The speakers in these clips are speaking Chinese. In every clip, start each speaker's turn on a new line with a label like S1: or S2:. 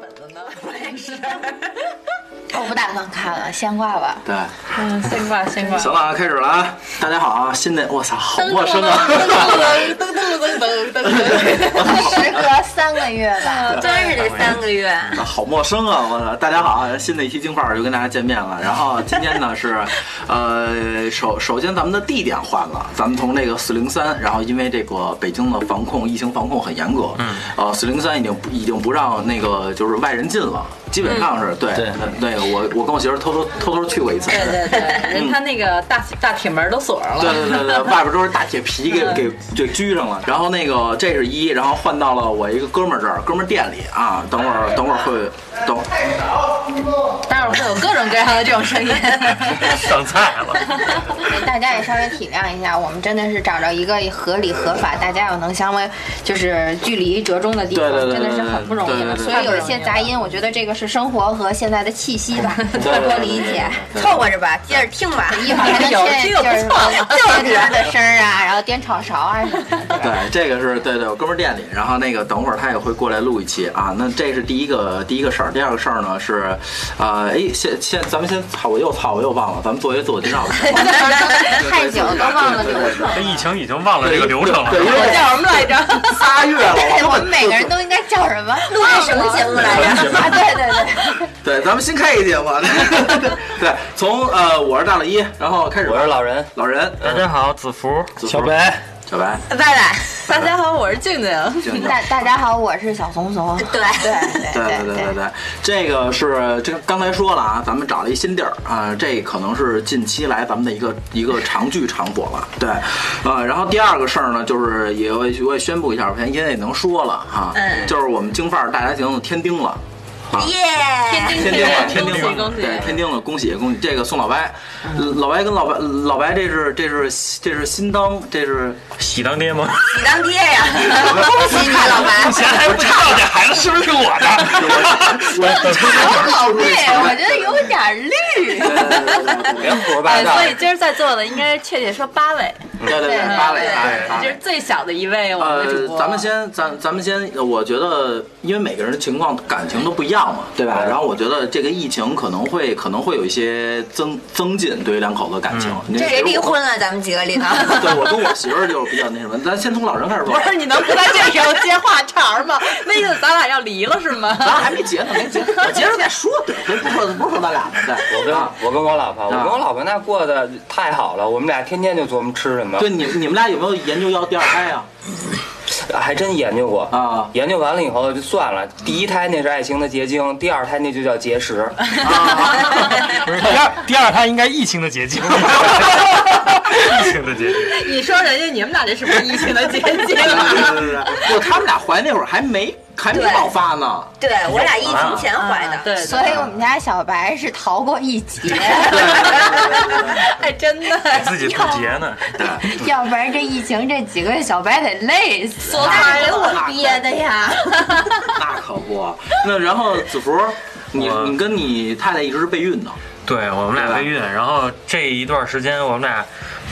S1: 本子呢？
S2: 我不打算看了，先挂吧。
S3: 对，
S4: 嗯，先挂先挂。
S3: 行了啊，开始了啊！大家好啊，新的 我操，好陌生啊！
S1: 噔噔噔噔噔 噔，
S2: 时隔三个月吧，
S1: 真是得三个月。
S3: 啊 好陌生啊！我操，大家好啊！新的一期京范儿又跟大家见面了。然后今天呢是，呃，首首先咱们的地点换了，咱们从这个四零三，然后因为这个北京的防控疫情防控很严格，嗯，呃，四零三已经不已经不让那个就是外人进了，基本上是对
S5: 对
S3: 对，我我跟我媳妇儿偷偷偷偷去过一次，
S4: 对对对，人他那个大大铁门都锁上
S3: 对
S4: 了。
S3: 对对对，外边都是大铁皮给给给拘上了。然后那个这是一，然后换到了我一个哥们儿这儿，哥们儿店里啊。等会儿等会儿会等，
S4: 待会儿会有各种各样的这种声音。
S5: 上菜了，
S2: 大家也稍微体谅一下，我们真的是找着一个合理合法，大家又能相为就是距离折中的地方，
S3: 对对对
S2: 真的是很不容易
S3: 对对
S2: 了。
S3: 对
S2: 所以有一些杂音，我觉得这个是生活和现在的气息吧，多
S3: 对对
S2: 多
S3: 对
S2: 理解。
S3: 对
S1: 凑合着吧，接着听吧。
S2: 一会儿还能
S4: 有
S2: 听
S4: 这个
S2: 就是
S4: 不错
S2: 就是碟的声儿啊，然后颠炒勺啊什么的。
S3: 对，这个是对对，我哥们儿店里。然后那个等会儿他也会过来录一期啊。那这是第一个第一个事儿，第二个事儿呢是，呃，哎，先先咱们先，操，我又操，我又忘了，咱们做一个自我介 绍吧。
S2: 太久都忘了流程。
S5: 这疫情已经忘了这个流程了
S3: 对，。因为
S4: 叫什么来 着？
S3: 仨月 了，
S1: 啊
S2: 对，
S3: 我
S2: 哎我
S3: 根
S2: 们
S3: 本
S2: 每个人都应该叫什么？录
S1: 的什么节目来着
S2: 啊，对对对，
S3: 对，咱们新开 一节目。对，从呃，我是大老一，然后开始吧，
S5: 我是老人，
S3: 老人，
S5: 大家好，子福，
S3: 子福
S5: 小白，
S3: 小白，
S1: 拜拜。
S4: 大家好，我是静静。
S3: 静 静。
S2: 大大家好，我是小怂怂。
S1: 对
S2: 对
S3: 对
S2: 对
S3: 对对对，这个是这个刚才说了啊，咱们找了一新地儿啊、这可能是近期来咱们的一个一个常聚场所了。对，呃，然后第二个事儿呢，就是也我也我也宣布一下，我现在也能说了啊，
S1: 嗯
S3: 就是我们京范儿大家庭的天丁了。
S1: 耶！
S4: 津
S3: 天丁了，天
S4: 恭
S3: 丁
S4: 喜
S3: 了
S4: 恭，喜！
S3: 对，天丁了，恭喜恭喜！这个宋老白，老白跟老白，老白这是这是这是新当，这是
S5: 喜当爹吗？
S1: 你当爹呀！ 恭喜你，老白！
S5: 现在还不知道这孩子是不是我的，我
S2: 宝贝，啊我觉得有点绿。
S5: 别胡
S4: 哎，所以今儿在座的应该确切说八位，
S3: 对对对，八位八位八
S4: 这
S3: 位
S4: 是。最小的一位我们的主
S3: 呃，
S4: 播。
S3: 咱们先，咱咱们先，呃我觉得，因为每个人的情况感情都不一样嘛，对吧？
S5: 对
S3: 然后我觉得这个疫情可能会可能会有一些增增进对于两口子的感情。
S4: 嗯
S3: 你
S1: 这谁离？婚了？咱们几 个里头。
S3: 我 对我跟我媳妇儿就是比较那什么，咱先从老人开始说
S4: 不。是你能不在这时候接话茬儿吗？那意思咱俩要离了是吗？
S3: 咱还没结呢， 没结，我结着再说，对，不不说不是说咱俩的，对，
S6: 我跟
S4: 嗯
S3: 啊
S6: 我跟我老婆，我
S3: 啊
S6: 跟我老婆那过得太好了，我们俩天天就琢磨吃什么，
S3: 对你你们俩有没有研究要第二胎啊？
S6: 还真研究过
S3: 啊
S6: 研究完了以后就算了，第一胎那是爱情的结晶，第二胎那就叫结石。
S3: 啊
S5: 不是第二第二胎应该疫情的结晶，疫情的结晶。
S4: 你说人家你们俩这是不是疫情的结晶
S3: 对
S4: 啊？
S3: 对对，不，他们俩怀那会儿还没还没
S1: 对
S3: 爆发 呢。
S1: 对我俩疫情前怀
S2: 啊
S1: 的。
S4: 对，对
S2: 所以我们家小白是逃过一劫，
S4: 哎，真的
S5: 给自己渡劫呢，
S2: 要不然这疫情这几个月小白得累死。
S1: 昨天给我憋的呀。
S3: 那可不，那然后子福，你
S5: 我
S3: 你跟你太太一直是备 孕的，
S5: 对我们俩备孕，然后这一段时间我们俩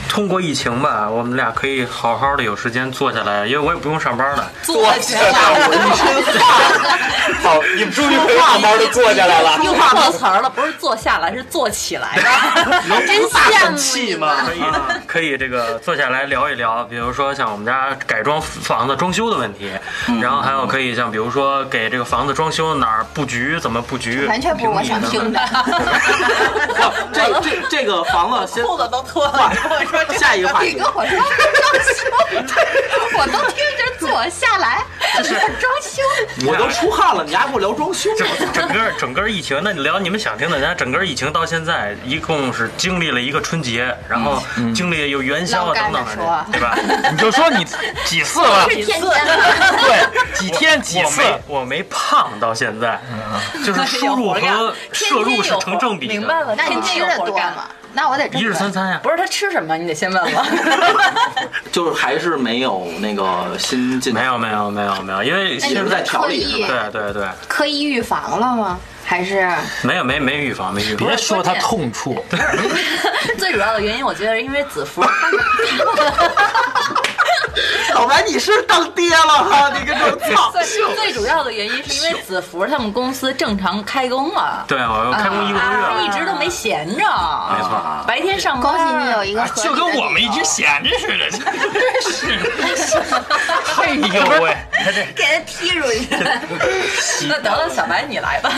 S5: 通过疫情吧，我们俩可以好好的有时间坐下来，因为我也不用上班了。
S4: 坐下来
S6: 好，你们 终于可以好好的坐下来了。
S4: 又错词儿了，不是坐下来，是坐起来的。
S3: 真
S1: 羡慕
S3: 气吗？
S5: 可以可以这个坐下来聊一聊，比如说像我们家改装房子装修的问题，然后还有可以像比如说给这个房子装修哪儿布局，怎么布局，
S2: 完全不是我想听的，
S3: 不这这这个房子 先
S4: 裤子都脱了，你跟我说这
S3: 下一个话
S2: 你
S3: 题
S2: 跟，我说装修，我都听着坐下来，装修。
S3: 我都出汗了，你还给我聊装修？
S5: 整整个整个疫情，那你聊你们想听的，咱整个疫情到现在，一共是经历了一个春节，然后经历有元宵啊等等
S2: 老干
S5: 的
S2: 着，
S5: 对吧？你就说你几次 了，
S1: 是天 天的，
S5: 对，几天几次，我没胖到现在，就是输入和
S4: 哎
S5: 摄入是成正比的。
S4: 明白了，
S2: 那你吃的多吗？那我得
S5: 一日三餐呀、
S4: 不是他吃什么，你得先问我。
S3: 就是还是没有那个新进，
S5: 没有没有没有没有，因为
S2: 你
S3: 是
S5: 现
S2: 们
S3: 不是在调理
S2: 特意
S3: 是吧？
S5: 对对对，
S2: 刻意预防了吗？还是
S5: 没有没没预防没预防
S7: 别，说他痛处，
S4: 最主要的原因，我觉得是因为子服，
S3: 老白，你是当爹了哈？你跟这操！
S4: 最最主要的原因是因为子福他们公司正常开工了，
S5: 对，我又开工一个
S4: 啊
S5: 多
S4: 一
S5: 月，
S4: 直都没闲着，
S5: 没错。
S4: 白天上
S2: 恭
S4: 班。
S2: 喜你有一
S5: 啊
S2: 个合理的
S7: 就
S2: 理由
S7: 跟我们一直闲着似的， 真是，哎呦喂，
S1: 给他踢出去。
S4: 那得了，小白你来吧。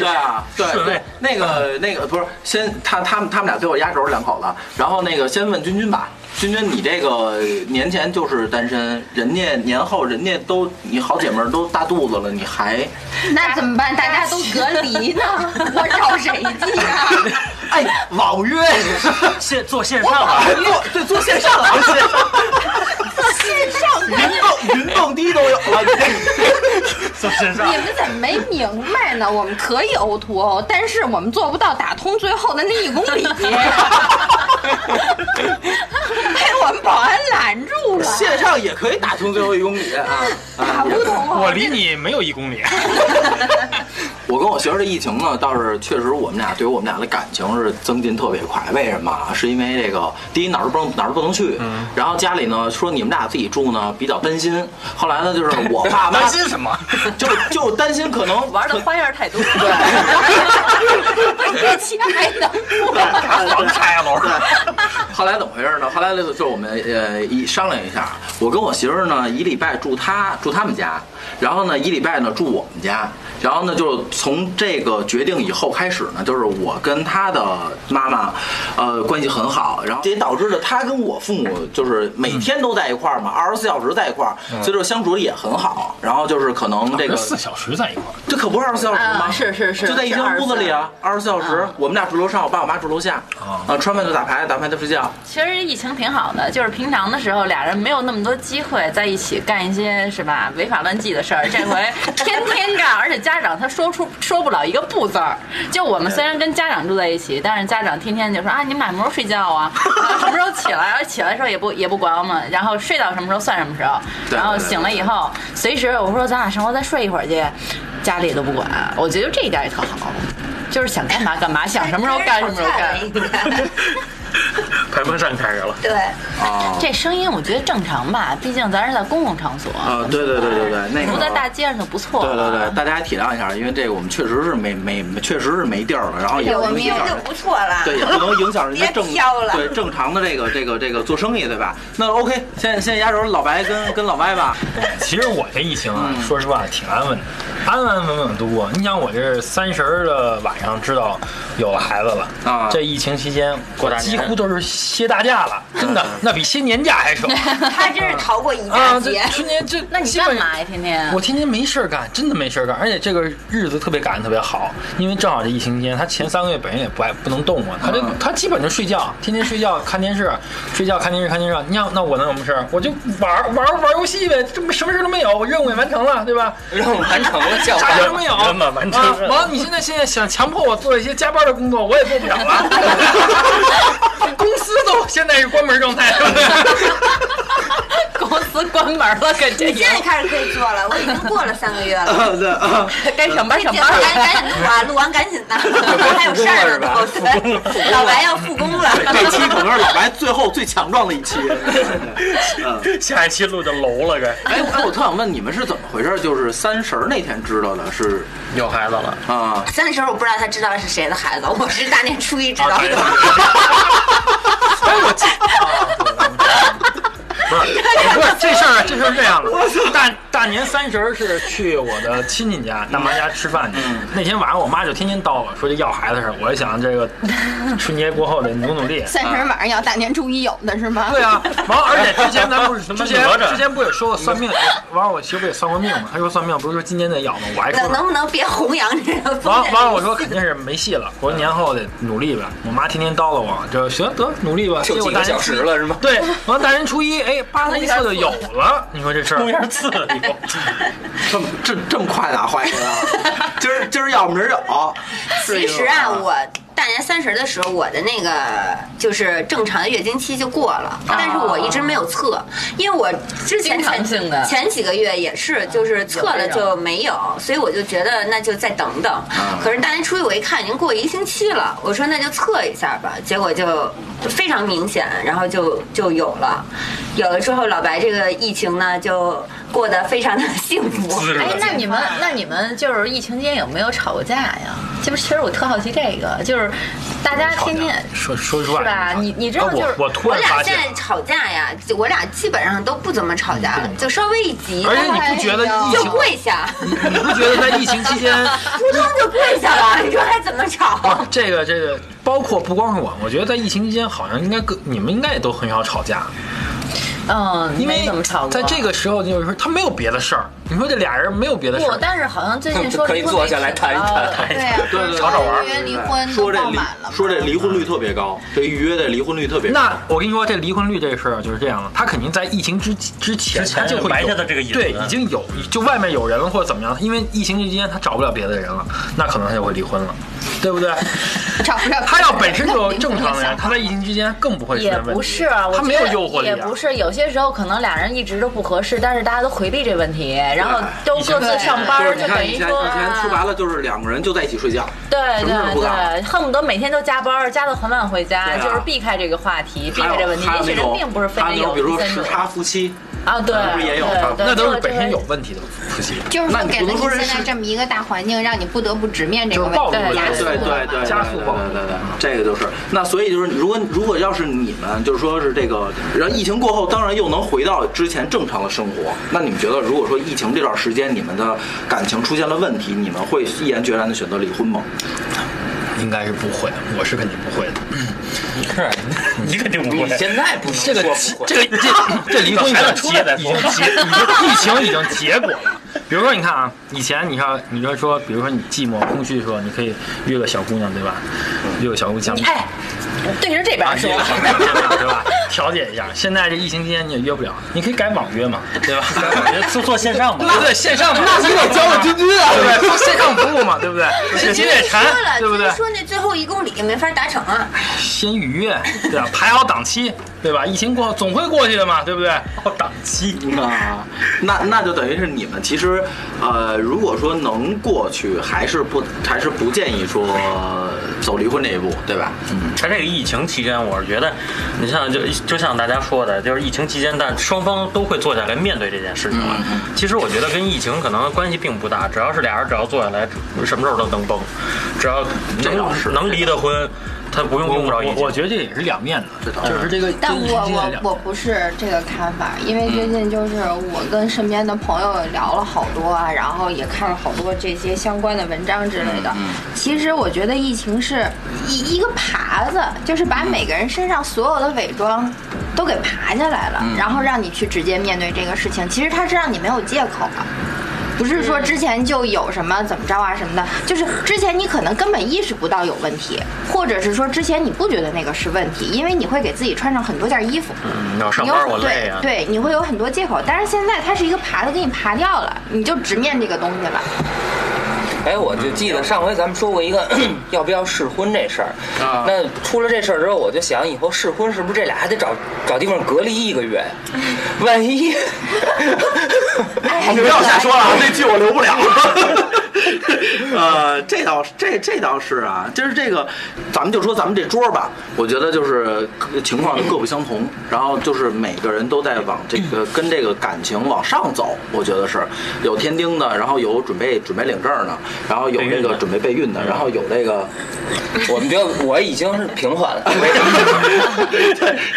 S3: 对啊，对
S5: 顺
S3: 对
S5: 位，
S3: 那个那个不是先他他们他们俩最后压轴是两口子，然后那个先问君君吧，君君你这个年前就是单身，人家年后人家都你好姐妹儿都大肚子了，你还
S2: 那怎么办？大家都隔离呢，我找谁去啊 呀？
S3: 哎网 约，
S5: 线做线
S3: 我
S5: 上吧，
S3: 网 做对做线上啊，线上 云蹦云蹦迪都有啊了，
S5: 做线上
S2: 你。们怎么没明白呢？我们可以 O to O，但是我们做不到打通最后的那一公里。被我们保安拦住了，
S3: 线上也可以打通最后一公里啊。
S2: 打不通啊。
S7: 我离你没有一公
S5: 啊
S7: 里。
S3: 我跟我媳妇儿的疫情呢，倒是确实我们俩对于我们俩的感情是增进特别快。为什么啊？是因为这个第一哪儿都不能哪儿都不能去，然后家里呢说你们俩自己住呢比较担心。后来呢就是我爸妈
S7: 担心什么？
S3: 就就担心可能
S4: 玩的花样太多，
S2: 这期还能
S7: 把房拆了，
S3: 后来怎么回事呢？后来就是我们呃一商量一下，我跟我媳妇儿呢一礼拜住她住他们家，然后呢一礼拜呢住我们家，然后呢就从这个决定以后开始呢，就是我跟她的妈妈，呃关系很好，然后这也导致了她跟我父母就是每天都在一块儿嘛，二十四小时在一块儿，所以说相处的也很好。然后就是可能
S5: 啊
S3: 这个
S7: 四小时在一块儿，
S3: 这可不是二十四小时吗？
S4: 啊是是是
S3: 就在一间屋子里啊，二十四小时。我们俩住楼上，我爸我妈住楼下，啊，吃完饭就打牌，打完牌就睡觉。
S4: 其实疫情挺好的，就是平常的时候俩人没有那么多机会在一起干一些是吧违法乱纪的事儿，这回天天干，而且家长他说出 说不了一个不字儿。就我们虽然跟家长住在一起，但是家长天天就说啊你们俩什么时候睡觉啊， 然后什么时候起来，而起来的时候也不也不管我们，然后睡到什么时候算什么时候，
S3: 对
S4: 然后
S3: 对对
S4: 醒了以后随时我说咱俩生活再睡一会儿去，家里都不管，我觉得这一点也特好。就是想干嘛干嘛，想什么时候干什么时候干。
S1: 干。
S5: 排风扇开着了，
S1: 对，
S3: 啊
S4: 这声音我觉得正常吧，毕竟咱是在公共场所，
S3: 啊，对对对对对，那个
S4: 不在大街上就不错
S3: 对对
S4: 了。
S3: 对，大家体谅一下，因为这个我们确实是没没没确实是没地儿了，然后也
S2: 对
S3: 不
S2: 我
S3: 能
S2: 们
S3: 影
S2: 也
S3: 响
S1: 就
S3: 人，
S1: 不错了。
S3: 对，也不能影响人家
S1: 别
S3: 正
S1: 挑了
S3: 对正常的这个这个这个做生意，对吧？那 OK，现在现在压轴老白跟跟老歪吧，
S7: 其实我这疫情啊，
S5: 嗯
S7: 说实话挺安稳的，安安稳稳度过。你想，我这三十儿的晚上知道有了孩子了
S3: 啊
S7: 这疫情期间
S5: 过
S7: 我
S5: 大年啊
S7: 几乎都是歇大假了，真的，那比歇年假还 少啊
S1: 他真是逃过一大
S7: 啊！这
S1: 劫。
S7: 春节这，
S4: 那你干嘛呀？天天
S7: 我天天没事儿干，真的没事儿干，而且这个日子特别赶，特别好，因为正好这疫情期间，他前三个月本人也不爱不能动嘛，他就
S3: 嗯
S7: 他基本就睡觉，天天睡觉看电视，睡觉看电视看电视。你想，那我能有什么事儿？我就玩儿玩儿玩儿游戏呗，这么什么事儿都没有，我任务也完成了，对吧？
S6: 任务完成了，叫
S7: 啥事儿
S6: 完
S7: 都没有，
S5: 任务完成
S7: 啊完，你现在现在想强迫我做一些加班的工作，我也做不了了。 公司都现在是关门状态，对 不对？
S4: 公司关门了，感觉
S1: 你现在开始可以做了，我已经过了三个月了。
S3: 对啊，
S4: 该上班上
S1: 赶紧
S4: 班了。
S1: 赶紧录啊，录完赶紧的，还有事儿呢都。对，老白要复工了。
S3: 这期可能是老白最后最强壮的一期。嗯，
S5: 下一期录就楼了，该
S3: 哎哎，我特想问你们是怎么回事？就是三十儿那天知道的是
S5: 有孩子了。
S3: 啊，
S1: 三十，我不知道他知道是谁的孩子，我是大年初一知道的。
S7: 哎哦不是这事儿啊，这事儿是这样的。大大年三十儿是去我的亲戚家、大妈家吃饭去。那天晚上我妈就天天叨我说这要孩子的事儿，我就想这个春节过后得努努力。
S2: 三十晚上要大年初一有的是吗？
S7: 啊 对啊，完了，而且之前咱不 是之前
S5: 哪吒
S7: 之前不也说过算 命？完了，我媳妇也算过命嘛，她说算命不是说今年得要吗？我还说
S1: 能
S7: 呢
S1: 能不能别弘扬这个风
S7: 完
S1: 险？
S7: 完了，我说肯定是没戏了，我说年后得努力吧。我妈天天叨叨我，就行得努力吧。
S6: 就
S7: 结
S6: 几
S7: 果大
S6: 个
S7: 年
S6: 小
S7: 初
S6: 时
S7: 一
S6: 了是吗？
S7: 对，完大年初一，哎，八三一四就有了。你说这事儿，
S5: 公园刺了你，
S3: 这么 这这么快打坏的啊？今儿今儿要明儿有，
S1: 其实啊，我
S2: 大年三十的时候，我的那个就是正常的月经期就过了，但是我一直没有测，因为我之
S4: 啊
S2: 前
S4: 经常性的
S2: 前几个月也是，就是测了就没有，所以我就觉得那就再等等。
S4: 啊
S2: 可是大年初一我一看已经过一星期了，我说那就测一下吧，结果就就非常明显，然后就就有了。有了之后，老白这个疫情呢就过得非常的幸福。
S5: 滋润
S4: 哎，
S5: 的。
S4: 那你们那你们就是疫情间有没有吵过架呀？这不，其实我特好奇这个，就是大家天天
S7: 哎说说实话
S4: 是吧？你你知道
S7: 啊
S4: 就是
S7: 我我突
S2: 我
S7: 然
S2: 俩
S7: 发
S2: 现
S7: 现，
S2: 在吵架呀，我俩基本上都不怎么吵架了，就稍微一急，
S7: 而且你不觉得疫
S2: 就
S7: 情，
S2: 跪下，
S7: 哎你不觉得在疫情期间，
S2: 扑通就跪下了，你说还怎么吵？
S7: 不，这个这个，包括不光是我，我觉得在疫情期间，好像应该更你们应该也都很少吵架，
S4: 嗯，
S7: 因为
S4: 没怎么吵过？
S7: 在这个时候就是说他没有别的事儿，你说这俩人没有别的事
S4: 不，
S7: 儿，
S4: 但是好像最近
S6: 就
S4: 说
S6: 嗯可以
S4: 离婚
S6: 坐
S4: 率
S6: 下来
S4: 挺
S6: 谈一
S4: 高
S6: 谈
S4: 的
S6: 谈一
S2: 对呀，
S7: 啊
S3: 对对
S7: 吵吵玩儿
S2: 预约离婚
S3: 说
S2: 都
S3: 这
S2: 爆
S3: 离
S2: 满了嘛，
S3: 说这离婚率特别高，这预约的离婚率特别高。
S7: 那我跟你说，这离婚率这事儿就是这样的，他肯定在疫情之之前，
S5: 之前
S7: 他就会
S5: 埋
S7: 有
S5: 下的这个引子
S7: 对，已经有，就外面有人了或者怎么样，因为疫情期间他找不了别的人了，那可能他就会离婚了，对 不对？
S2: 吵不吵？
S7: 他要本身就有正常的人，他在疫情期间更不会出
S4: 也
S7: 现问题。
S4: 不是，我
S7: 他没
S4: 觉
S7: 有
S4: 得
S7: 诱惑力、
S4: 也
S7: 啊，
S4: 不是，有些时候可能俩人一直都不合适，但是大家都回避这问题，然
S3: 哎
S4: 后都
S7: 以前
S4: 各自上班
S3: 就
S4: 儿，
S3: 是你
S4: 就
S3: 看
S4: 等
S3: 以
S4: 于
S3: 前
S4: 说
S3: 以前
S4: 啊，
S3: 说白了就是两个人就在一起睡觉，
S4: 对
S3: 什么事儿
S4: 对
S3: 不干
S4: 对，恨不得每天都加班儿，加到很晚回家，
S3: 对啊
S4: 就是避开这个话题，避
S3: 还
S4: 开这
S3: 有
S4: 问题。
S3: 还
S4: 也
S3: 有
S4: 许
S3: 那
S4: 人
S3: 种
S4: 并不是非
S3: 还
S4: 得
S3: 有那
S4: 有
S3: 种比如说
S4: 第
S3: 时
S4: 三者
S3: 差夫妻，
S4: 啊，对，
S3: 不是也有
S4: 对对
S7: 那都是
S4: 这
S7: 本身
S4: 个
S7: 有问题的夫妻。
S2: 就是
S3: 那
S2: 说
S3: 你
S2: 给
S3: 不
S2: 了
S3: 能
S2: 你
S3: 说这
S2: 现在
S3: 是
S2: 这么一个大环境，让你不得不直面这个
S7: 就
S2: 问
S7: 是暴露
S2: 题，
S7: 了
S2: 压
S3: 对
S2: 缩
S3: 对
S2: 了
S3: 对
S2: 嘛。
S3: 对，
S7: 加速暴
S3: 对对对对，这个就是。那所以就是，如果如果要是你们就是说是这个，然后疫情过后，当然又能回到之前正常的生活，那你们觉得如果说疫情这段时间你们的感情出现了问题，你们会毅然决然的选择离婚吗？
S7: 应该是不会，我是肯定不会的。
S5: 你是你肯定不
S6: 你
S5: 会。
S6: 现在不能
S7: 这个
S6: 说不会，
S7: 这个这这离婚已
S5: 等孩子
S7: 经结
S5: 出来再
S7: 已
S5: 说
S7: 经结已经疫情已经结果了。比如说，你看啊，以前你看，你说说，比如说你寂寞空虚的时候，你可以约个小姑娘，对吧？约个小姑娘，
S4: 哎，对着这边
S7: 啊
S4: 儿
S7: 约
S4: 说，
S7: 个小姑娘 对吧？调解一下。现在这疫情期间你也约不了，你可以改网约嘛，对 吧？
S5: 做做线上吧，
S7: 对不对？线上嘛，那你
S3: 教我君君啊
S7: 对不对？做线上服务嘛，对 不对？先接点
S2: 说
S7: 馋，
S2: 了，
S7: 对不对
S2: 就是？说那最后一公里没法达成啊，
S7: 先预约，对吧？排好档期，对吧？疫情过后总会过去的嘛，对不对？
S5: 到档期。
S3: 啊， 那那就等于是你们其实，呃，如果说能过去，还是不还是不建议说走离婚这一步，对吧？嗯
S5: 在这个疫情期间，我是觉得，你像就就像大家说的，就是疫情期间，但双方都会坐下来面对这件事情了。
S3: 嗯
S5: 其实我觉得跟疫情可能关系并不大，只要是俩人只要坐下来，什么时候都能崩，只要
S3: 这倒
S5: 能能离的婚，他不用用不着疫
S7: 我我
S5: 情。
S7: 觉得这也是两面的，就是这个。
S2: 但
S7: 这
S2: 我
S7: 个是两面
S2: 我我不是这个看法，因为
S3: 嗯
S2: 最近就是我跟身边的朋友聊了好多啊，然后也看了好多这些相关的文章之类
S3: 嗯
S2: 的。其实我觉得疫情是一一个耙子，就是把
S3: 嗯
S2: 每个人身上所有的伪装都给爬下来
S3: 嗯
S2: 了，然后让你去直接面对这个事情。其实它是让你没有借口的。不是说之前就有什么怎么着啊什么的，就是之前你可能根本意识不到有问题，或者是说之前你不觉得那个是问题，因为你会给自己穿上很多件衣服，
S5: 嗯要上
S2: 你有
S5: 班我累啊。
S2: 对对，你会有很多借口。但是现在它是一个耙子给你耙掉了，你就直面这个东西了。
S6: 哎，我就记得上回咱们说过一个要不要试婚这事儿，
S3: 啊
S6: 那出了这事儿之后，我就想以后试婚是不是这俩还得找找地方隔离一个月？万一
S2: 哎，
S3: 不要瞎说了， 啊，这句我留不了。 呃，这倒是这这倒是啊，就是这个，咱们就说咱们这桌儿吧，我觉得就是呃情况就各不相同，然后就是每个人都在往这个跟这个感情往上走，我觉得是有天丁的，然后有准备准备领证的，然后有这
S5: 备孕
S3: 个
S5: 的
S3: 准备备孕的，然后有这 个
S6: 我们就我已经是平缓了，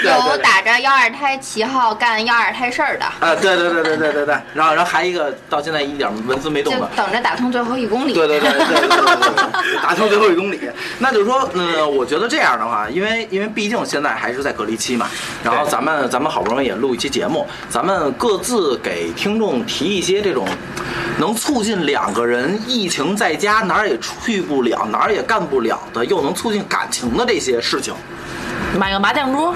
S2: 有打着幺二胎旗号干幺二胎事儿的，
S3: 啊，对对对对对对对，然后然后还一个到现在一点文字没动
S2: 就
S3: 的，
S2: 等着打通最后一公里。
S3: 对对对对对对，打出最后一公里。那就是说，呃，我觉得这样的话，因为因为毕竟现在还是在隔离期嘛，然后咱们咱们好不容易也录一期节目，咱们各自给听众提一些这种能促进两个人疫情在家哪儿也去不了、哪儿也干不了的，又能促进感情的这些事情。
S4: 买个麻将 桌，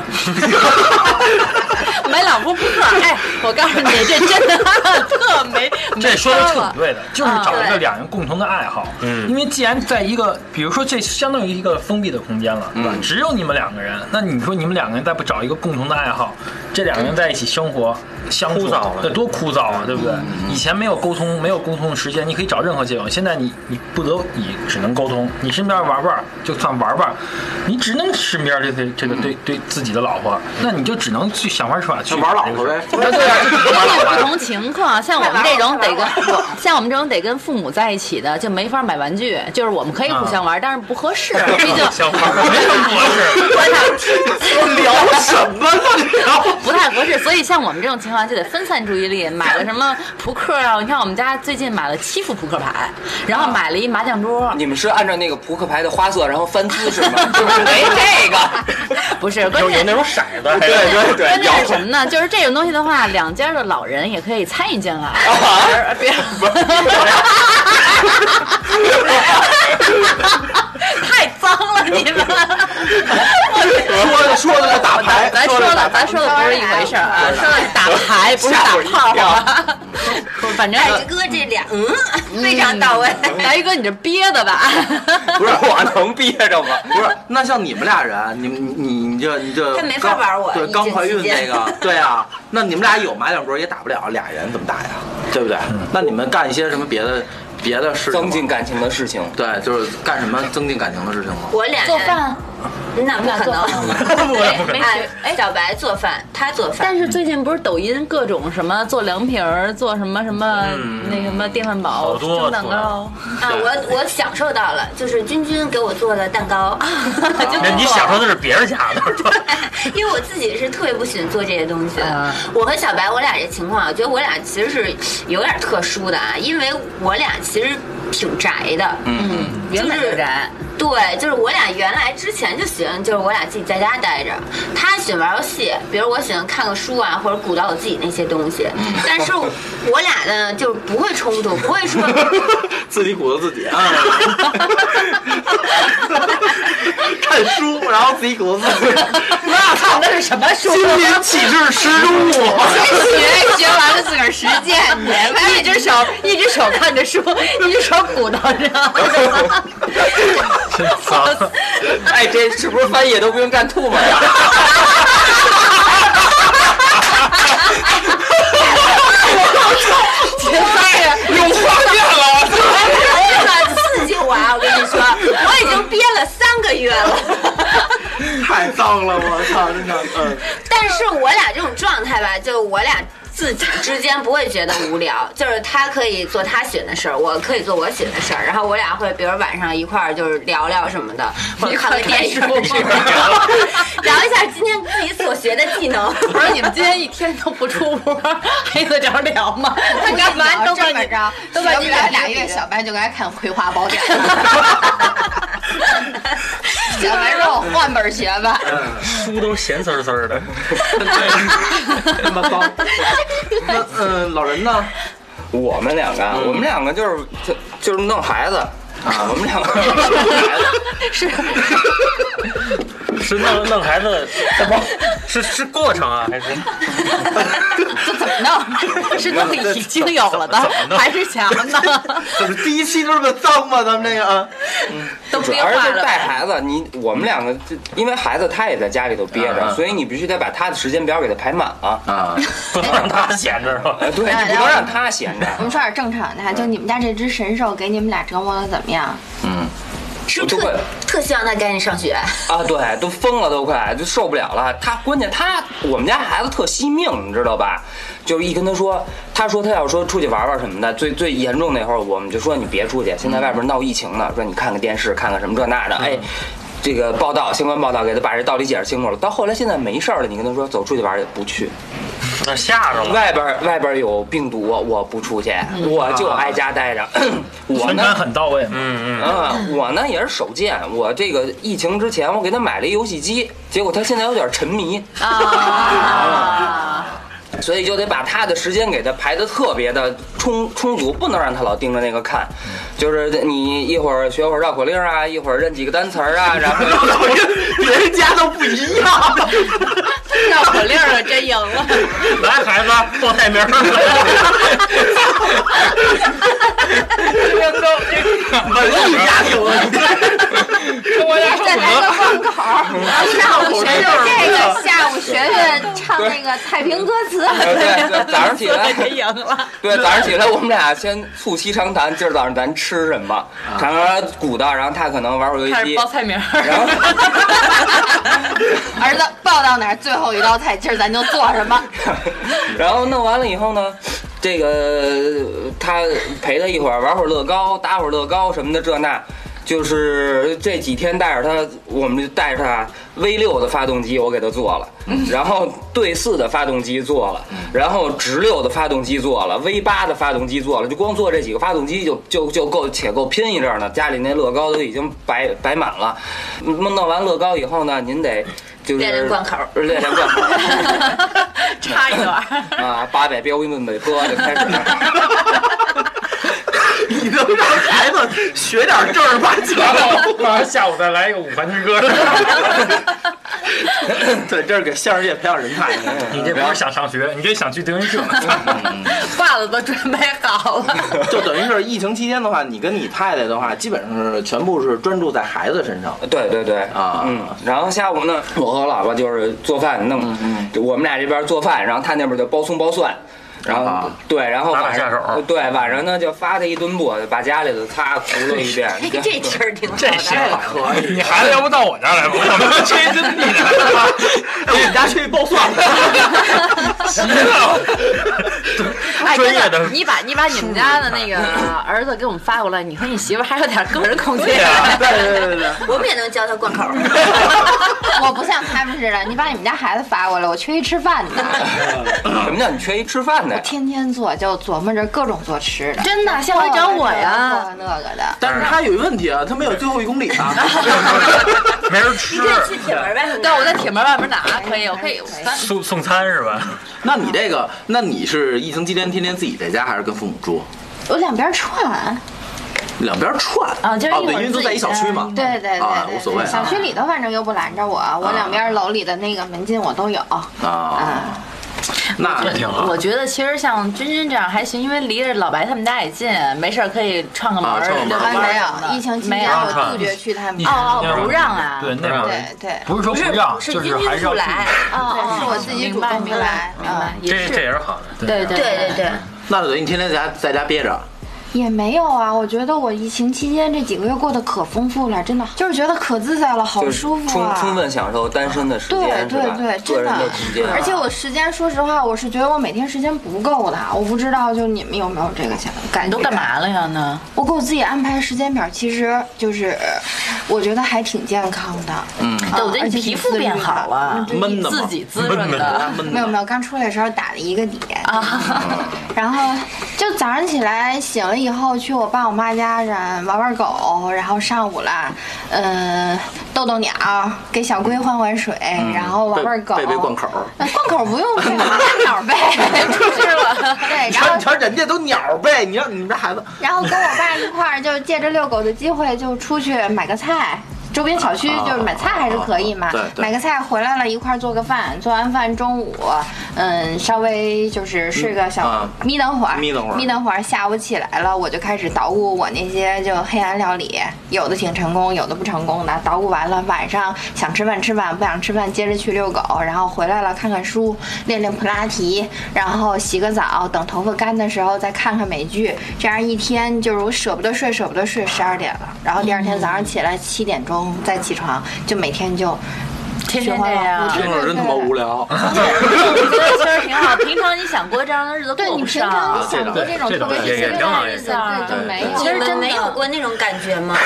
S4: 买两副扑克。哎，我告诉你，这真的 特没
S7: 这
S4: 没
S7: 说的挺对的，就是找一
S1: 啊
S7: 个
S1: 对
S7: 两人共同的爱好。
S5: 嗯
S7: 因为既然在一个，比如说这相当于一个封闭的空间了，对吧？
S3: 嗯
S7: 只有你们两个人，那你说你们两个人再不找一个共同的爱好，这两个人在一起生活相处
S5: 枯燥了
S7: 对，多枯燥啊，对不对？以前没有沟通，没有沟通的时间，你可以找任何借口。现在你你不得已只能沟通，你身边玩伴儿就算玩伴儿，你只能身边这个这个对对自己的老婆，那你就只能去想方设法去
S3: 就玩老
S7: 这个
S3: 婆
S7: 事
S3: 呗
S7: 儿。 那对啊，就
S4: 关
S7: 玩老
S4: 键
S7: 婆
S4: 不同情况，像我们这种得跟像我们这种得跟父母在一起的，就没法买玩具。就是我们可以互相玩，但是不合适，毕竟
S5: 想法儿没有模 式，
S4: 不太
S3: 聊什么呢？聊
S4: 不太合适。所以像我们这种情况就得分散注意力，买个什么扑克啊？你看我们家最近买了七副扑克牌，然后买了一麻将桌。
S6: 你们是按照那个扑克牌的花色，然后翻姿势吗？就是没这个，
S4: 不是，关
S5: 有有
S4: 键
S5: 那种骰子，
S3: 哎
S5: 对
S6: 对
S4: 关
S6: 对
S4: 键是什么呢？就是这种东西的话，两家的老人也可以参与进来。别，太脏了你们！
S3: 说的说的是打牌，
S4: 咱说
S3: 的
S4: 的咱说的不是一回事儿啊，说的是打牌不是打炮啊，不是反正。
S1: 海之哥这俩嗯非常到位，
S4: 来一哥，你这憋的吧？
S6: 不是我能憋着吗？
S3: 不是，那像你们俩人，你们你你就你就
S1: 他没法玩我
S3: 对，
S1: 疫情
S3: 刚怀孕
S1: 期
S3: 那
S1: 间
S3: 个，对啊，那你们俩有麻将桌也打不了，俩人怎么打呀？对不对？那你们干一些什么别的别的事情吗？
S6: 嗯增进感情的事情，
S3: 对，就是干什么增进感情的事情吗？
S1: 我俩人
S4: 做饭，
S1: 那不 可能。
S4: 对，没学。
S1: 哎，小白做饭，他做饭，
S4: 但是最近不是抖音各种什么做凉皮儿，做什么什么那什么电饭煲、
S5: 好多
S4: 蒸蛋糕，
S1: 啊，我我享受到了，就是君君给我做的蛋 糕，
S4: 就
S5: 那你享受的是别人家的，是吧？
S1: 因为我自己是特别不喜欢做这些东西的
S4: 啊。
S1: 我和小白，我俩这情况，我觉得我俩其实是有点特殊的啊，因为我俩其实挺宅的。
S4: 嗯，原本就宅，
S1: 对，就是我俩原来之前就喜欢，就是我俩自己在家待着，他喜欢玩游戏，比如我喜欢看个书啊，或者鼓捣我自己那些东西。
S4: 嗯
S1: 但是我俩呢，就是不会冲突，不会 说
S3: 自己鼓捣自己啊，看书，然后自己鼓捣自 己，
S4: 那看那是什么书？
S3: 今天气质十足。
S4: 学学完了自个儿实践，哎你一只手一只手看着书，一只手鼓捣着。
S6: 哎，这是不是翻页都不用蘸吐沫呀？
S3: 用画面了，
S1: 哎呀，刺激我啊！我跟你说，我已经憋了三个月了。
S3: 太脏了，我操，真的，嗯，
S1: 但是我俩这种状态吧，就我俩自己之间不会觉得无聊， 就是他可以做他喜欢的事儿，我可以做我喜欢的事儿，然后我俩会比如晚上一块儿就是聊聊什么 的，或者看个电影， 聊一下今天自己所学的技能。
S4: 我说你们今天一天都不出屋，还得着聊吗？他干嘛都把
S2: 这么
S4: 你
S2: 着？
S4: 都把你
S2: 俩
S4: 俩
S2: 俩
S4: 俩
S2: 月，
S4: 月
S2: 小白就该看《葵花宝典》 了。小白说：“ 我换本学 吧。
S5: 书都咸丝丝儿的，
S3: 那么脏。那嗯，老人呢？
S6: 我们两个啊，我们两个就是就就是弄孩子。啊，我们两个弄孩子，
S4: 是
S5: 是弄弄孩子，怎么是是过程啊，还是
S4: 这怎么弄？是 弄已经有了的，还是想呢？
S3: 怎么第一期就这么脏吗？咱们这个啊，
S4: 都
S6: 主
S4: 憋
S6: 要
S4: 坏
S6: 是带
S4: 了。
S6: 孩子，你我们两个就因为孩子他也在家里头憋
S3: 嗯
S6: 着，
S3: 嗯
S6: 所以你必须得把他的时间表给他排满啊。
S3: 啊，
S5: 不能让他闲着是吧？
S6: 呃，对，
S2: 哎
S6: 你不
S2: 然后
S6: 能让他闲着。
S2: 我们说点正常的，就你们家这只神兽给你们俩折磨的怎么样？
S3: 嗯，
S1: 是
S6: 我就会
S1: 特特希望他赶紧 上学，
S6: 啊，对，都疯了，都快就受不了了。他关键他我们家孩子特惜命，你知道吧？就是一跟他说，他说他要说出去玩玩什么的，最最严重那会儿，我们就说你别出去，现在外边闹疫情呢，说你看看电视，看看什么这那的，哎。这个报道，相关报道给他把这道理解释清楚了。到后来现在没事儿了，你跟他说走出去玩儿也不去，
S5: 那吓着了，
S6: 外边儿外边儿有病毒，我不出去，我就挨家待着。 我
S7: 宣
S6: 呢
S7: 传很到位嘛。
S5: 嗯嗯，
S6: 啊，我呢也是手贱，我这个疫情之前我给他买了一游戏机，结果他现在有点沉迷。
S4: 啊！
S6: 所以就得把他的时间给他排的特别的充充足，不能让他老盯着那个看。
S7: 嗯
S6: 就是你一会儿学会儿绕口令啊，一会儿认几个单词儿啊， 然后
S3: 我跟别人家都不一样。
S4: 绕口令了，真赢了。
S5: 来，孩子，报菜名
S2: 再来个贯口
S3: 文艺哎家庭，
S2: 儿，上午学学嗯这个，下午学学唱那个太平歌词。
S6: 对 对，早上起来
S4: 真赢了，
S6: 对，早上起来我们俩先促膝长谈，今儿早上咱吃什么？常常鼓捣，然后他可能玩会儿游
S4: 开
S6: 戏
S4: 始
S6: 机
S4: 报，菜名儿。
S6: 然后
S2: 儿子报到哪儿，最后一道菜，今儿咱就做什 么？
S6: 然后弄完了以后呢，这个他陪他一会儿，玩会儿乐高，搭会儿乐高什么的，这那。就是这几天带着他，我们就带着他 V 六的发动机，我给他做 了，然后对四的发动机做了，
S1: 嗯
S6: 然后直六的发动机做了，V 八的发动机做了，就光做这几个发动机就就就够且够拼一阵儿呢。家里那乐高都已经摆摆满了，弄弄完乐高以后呢，您得就是
S1: 练练贯口
S6: 练练贯口。
S4: 插一段，
S6: 啊，八百标英的歌就开始了。
S3: 你能让孩子学点正儿八 经
S7: 然后然后下午再来一个五环之歌。
S3: 对，这是给相声界培养人才。
S7: 你这不是想上学，你这想去德云社。
S6: 嗯
S4: 褂子都准备好了。
S3: 就等于是疫情期间的话，你跟你太太的话，基本上是全部是专注在孩子身上。
S6: 对对对，
S3: 啊
S6: 嗯，然后下午呢，我和我老婆就是做饭弄，
S5: 嗯
S6: 就我们俩这边做饭，然后他那边就包葱包蒜。然后、
S3: 啊
S6: 对，然后
S5: 打打
S6: 晚上
S5: 下手
S6: 对晚上呢就发他一顿布，把家里头擦糊弄一
S2: 哎
S6: 遍。
S1: 这这题儿挺好
S7: 这行
S5: 哎
S1: 的。
S7: 哎可以，你孩子要不到我家来吧，我们吃一顿
S3: 哎，我们家去包蒜了。
S4: 哎，真
S5: 专业的
S4: 的，你把你把你们家的那个儿子给我们发过来，你说你媳妇儿还有点个人空间。
S3: 对对对对，
S1: 我们也 能教他贯口儿，
S2: 我不像他们似的，你把你们家孩子发过来，我去一吃饭 去。
S6: 什么叫你缺一吃饭的呀？
S2: 天天做，就琢磨着各种做吃 的。
S4: 真的，下回找我 呀。
S2: 做啊那个的。
S3: 但是他有一问题啊，他没有最后一公里啊。
S5: 没人吃
S1: 你，可以去铁门
S2: 啊
S1: 外头拿。
S4: 对，我在铁门外面拿，可以，我可以。
S2: 可以
S4: 咱
S5: 送送餐是吧？
S3: 那你这个，那你是疫情期间天天自己在家，还是跟父母住？
S2: 我两边串，
S3: 两边串
S4: 啊就是
S3: 哦，
S4: 一会
S3: 对，
S4: 儿
S3: 因为都在一小区嘛。
S2: 对对对
S3: 啊
S2: 对，
S3: 无所谓啊
S2: 小区里头反正又不拦着我，我两边楼里的那个门禁我都有。嗯
S3: 啊，那
S5: 这挺好
S4: 我觉得其实像君君这样还行，因为离着老白他们家也近，没事儿可以串个门
S3: 啊
S4: 儿
S3: 串个门
S4: 遛
S3: 儿
S4: 个弯
S2: 没
S4: 儿
S2: 有，
S4: 什
S2: 疫情期
S4: 没
S2: 间
S4: 有
S2: 我拒绝去他们。家。
S4: 哦哦，不让啊。
S7: 对，那种
S2: 对对，
S7: 不是说
S1: 不是
S7: 不让，
S1: 是
S7: 就
S1: 因
S7: 是还
S1: 为
S7: 是
S1: 不
S7: 要
S1: 来，
S2: 哦，是我自己
S4: 嗯明
S2: 主
S4: 白
S2: 动
S4: 明
S2: 过来
S4: 白，明白，
S2: 嗯，
S4: 也
S5: 这这也
S4: 是。
S5: 是好的。
S4: 对对
S1: 对对对，
S3: 那等于你天天在家在家憋着，
S2: 也没有啊。我觉得我疫情期间这几个月过得可丰富了，真的，就是觉得可自在了，好
S6: 就是
S2: 舒服
S6: 充
S2: 啊。
S6: 充分享受单身的时
S2: 对
S6: 间，
S2: 对
S6: 是吧
S2: 对，
S6: 个
S2: 真
S6: 人
S2: 的
S6: 的空间。啊
S2: 而且我时间，说实话，我是觉得我每天时间不够的。我不知道，就你们有没有这个想感觉？
S4: 你都干？嘛了呀呢？
S2: 我给我自己安排时间表，其实就是呃我觉得还挺健康的。嗯，
S4: 对，我觉得你皮肤变好了，
S3: 闷的吗
S4: 自己滋润
S5: 闷
S4: 的
S5: 的。
S3: 闷
S2: 没有
S3: 的。
S2: 没有，刚出来的时候打了一个点
S4: 啊
S3: 嗯
S2: 然后就早上起来醒了以后，去我爸我妈家人玩玩狗，然后上午啦，嗯，逗逗鸟，给小龟换换水，然后玩玩狗，
S3: 背背嗯灌口，
S2: 那灌口 不用背，我鸟背，出去了。对，然
S3: 你瞧
S2: 后
S3: 你瞧人家都鸟背，你让你们这孩子，
S2: 然后跟我爸一块儿，就借着遛狗的机会，就出去买个菜。周边小区就是买菜还是可以嘛
S3: 啊啊啊啊，对对
S2: 买个菜回来了，一块儿做个饭，做完饭中午，嗯，稍微就是睡个
S3: 嗯
S2: 小
S3: 啊
S2: 眯瞪会儿，
S3: 眯瞪会儿
S2: 眯瞪会儿，下午起来了，我就开始捣鼓我那些就黑暗料理，有的挺成功，有的不成功的。捣鼓完了，晚上想吃饭吃饭，不想吃饭接着去遛狗，然后回来了看看书，练练普拉提，然后洗个澡，等头发干的时候再看看美剧。这样一天就是我舍不得睡，舍不得睡，十二点了，然后第二天早上起来七点钟再起床，就每天就
S4: 天天这样啊
S2: 对
S3: 听着真他妈无聊。
S4: 我觉得其实挺好。平常你想过这样的日子
S2: 对
S4: 过
S2: 你
S4: 不
S2: 平
S4: 上啊
S2: 常，你想过这种
S7: 这
S2: 特
S7: 倒
S2: 别
S7: 是
S2: 节
S5: 也
S2: 约
S5: 挺好
S2: 的日子，对，就没有。
S1: 你
S4: 其实真
S1: 们
S4: 的
S1: 没有过那种感觉吗？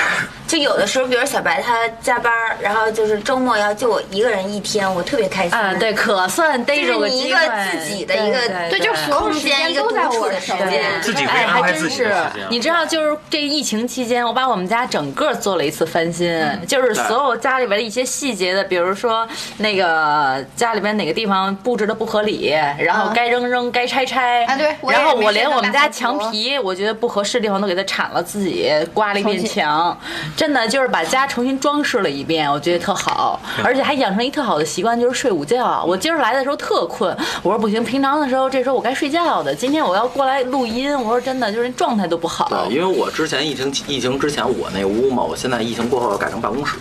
S1: 就有的时候，比如小白他加班儿，然后就是周末要就我一个人一天，我特别开心。
S4: 啊，对，可算逮着
S1: 就是
S4: 个
S1: 你一
S4: 机
S1: 个
S4: 会，
S1: 自己的一个
S2: 对，就所有
S1: 空
S2: 时
S1: 间
S2: 间
S1: 一个
S2: 都
S1: 独
S2: 在
S1: 处
S2: 我
S1: 的时
S2: 手里
S1: 间。
S5: 自己会
S4: 哎，
S5: 安
S4: 还
S5: 排
S4: 真
S5: 自己
S4: 是
S5: 的时间，
S4: 你知道，就是这疫情期间，我把我们家整个做了一次翻新，就是所有家里边的一些细节的，比如说那个家里边哪个地方布置的不合理，然后
S2: 啊
S4: 该扔扔，该拆拆
S2: 啊对我也
S4: 然后
S2: 没
S4: 我
S2: 事
S4: 连
S2: 干
S4: 我们
S2: 大
S4: 家
S2: 扫
S4: 墙
S2: 除
S4: 皮，我觉得不合适的地方都给它铲了，自己刮了一遍
S2: 重新
S4: 墙，真的就是把家重新装饰了一遍，我觉得特好，而且还养成一特好的习惯，就是睡午觉。啊我今儿来的时候特困，我说不行，平常的时候这时候我该睡觉的，今天我要过来录音，我说真的就是状态都不好。
S3: 对，因为我之前疫情疫情之前我那屋嘛，我现在疫情过后改成办公室，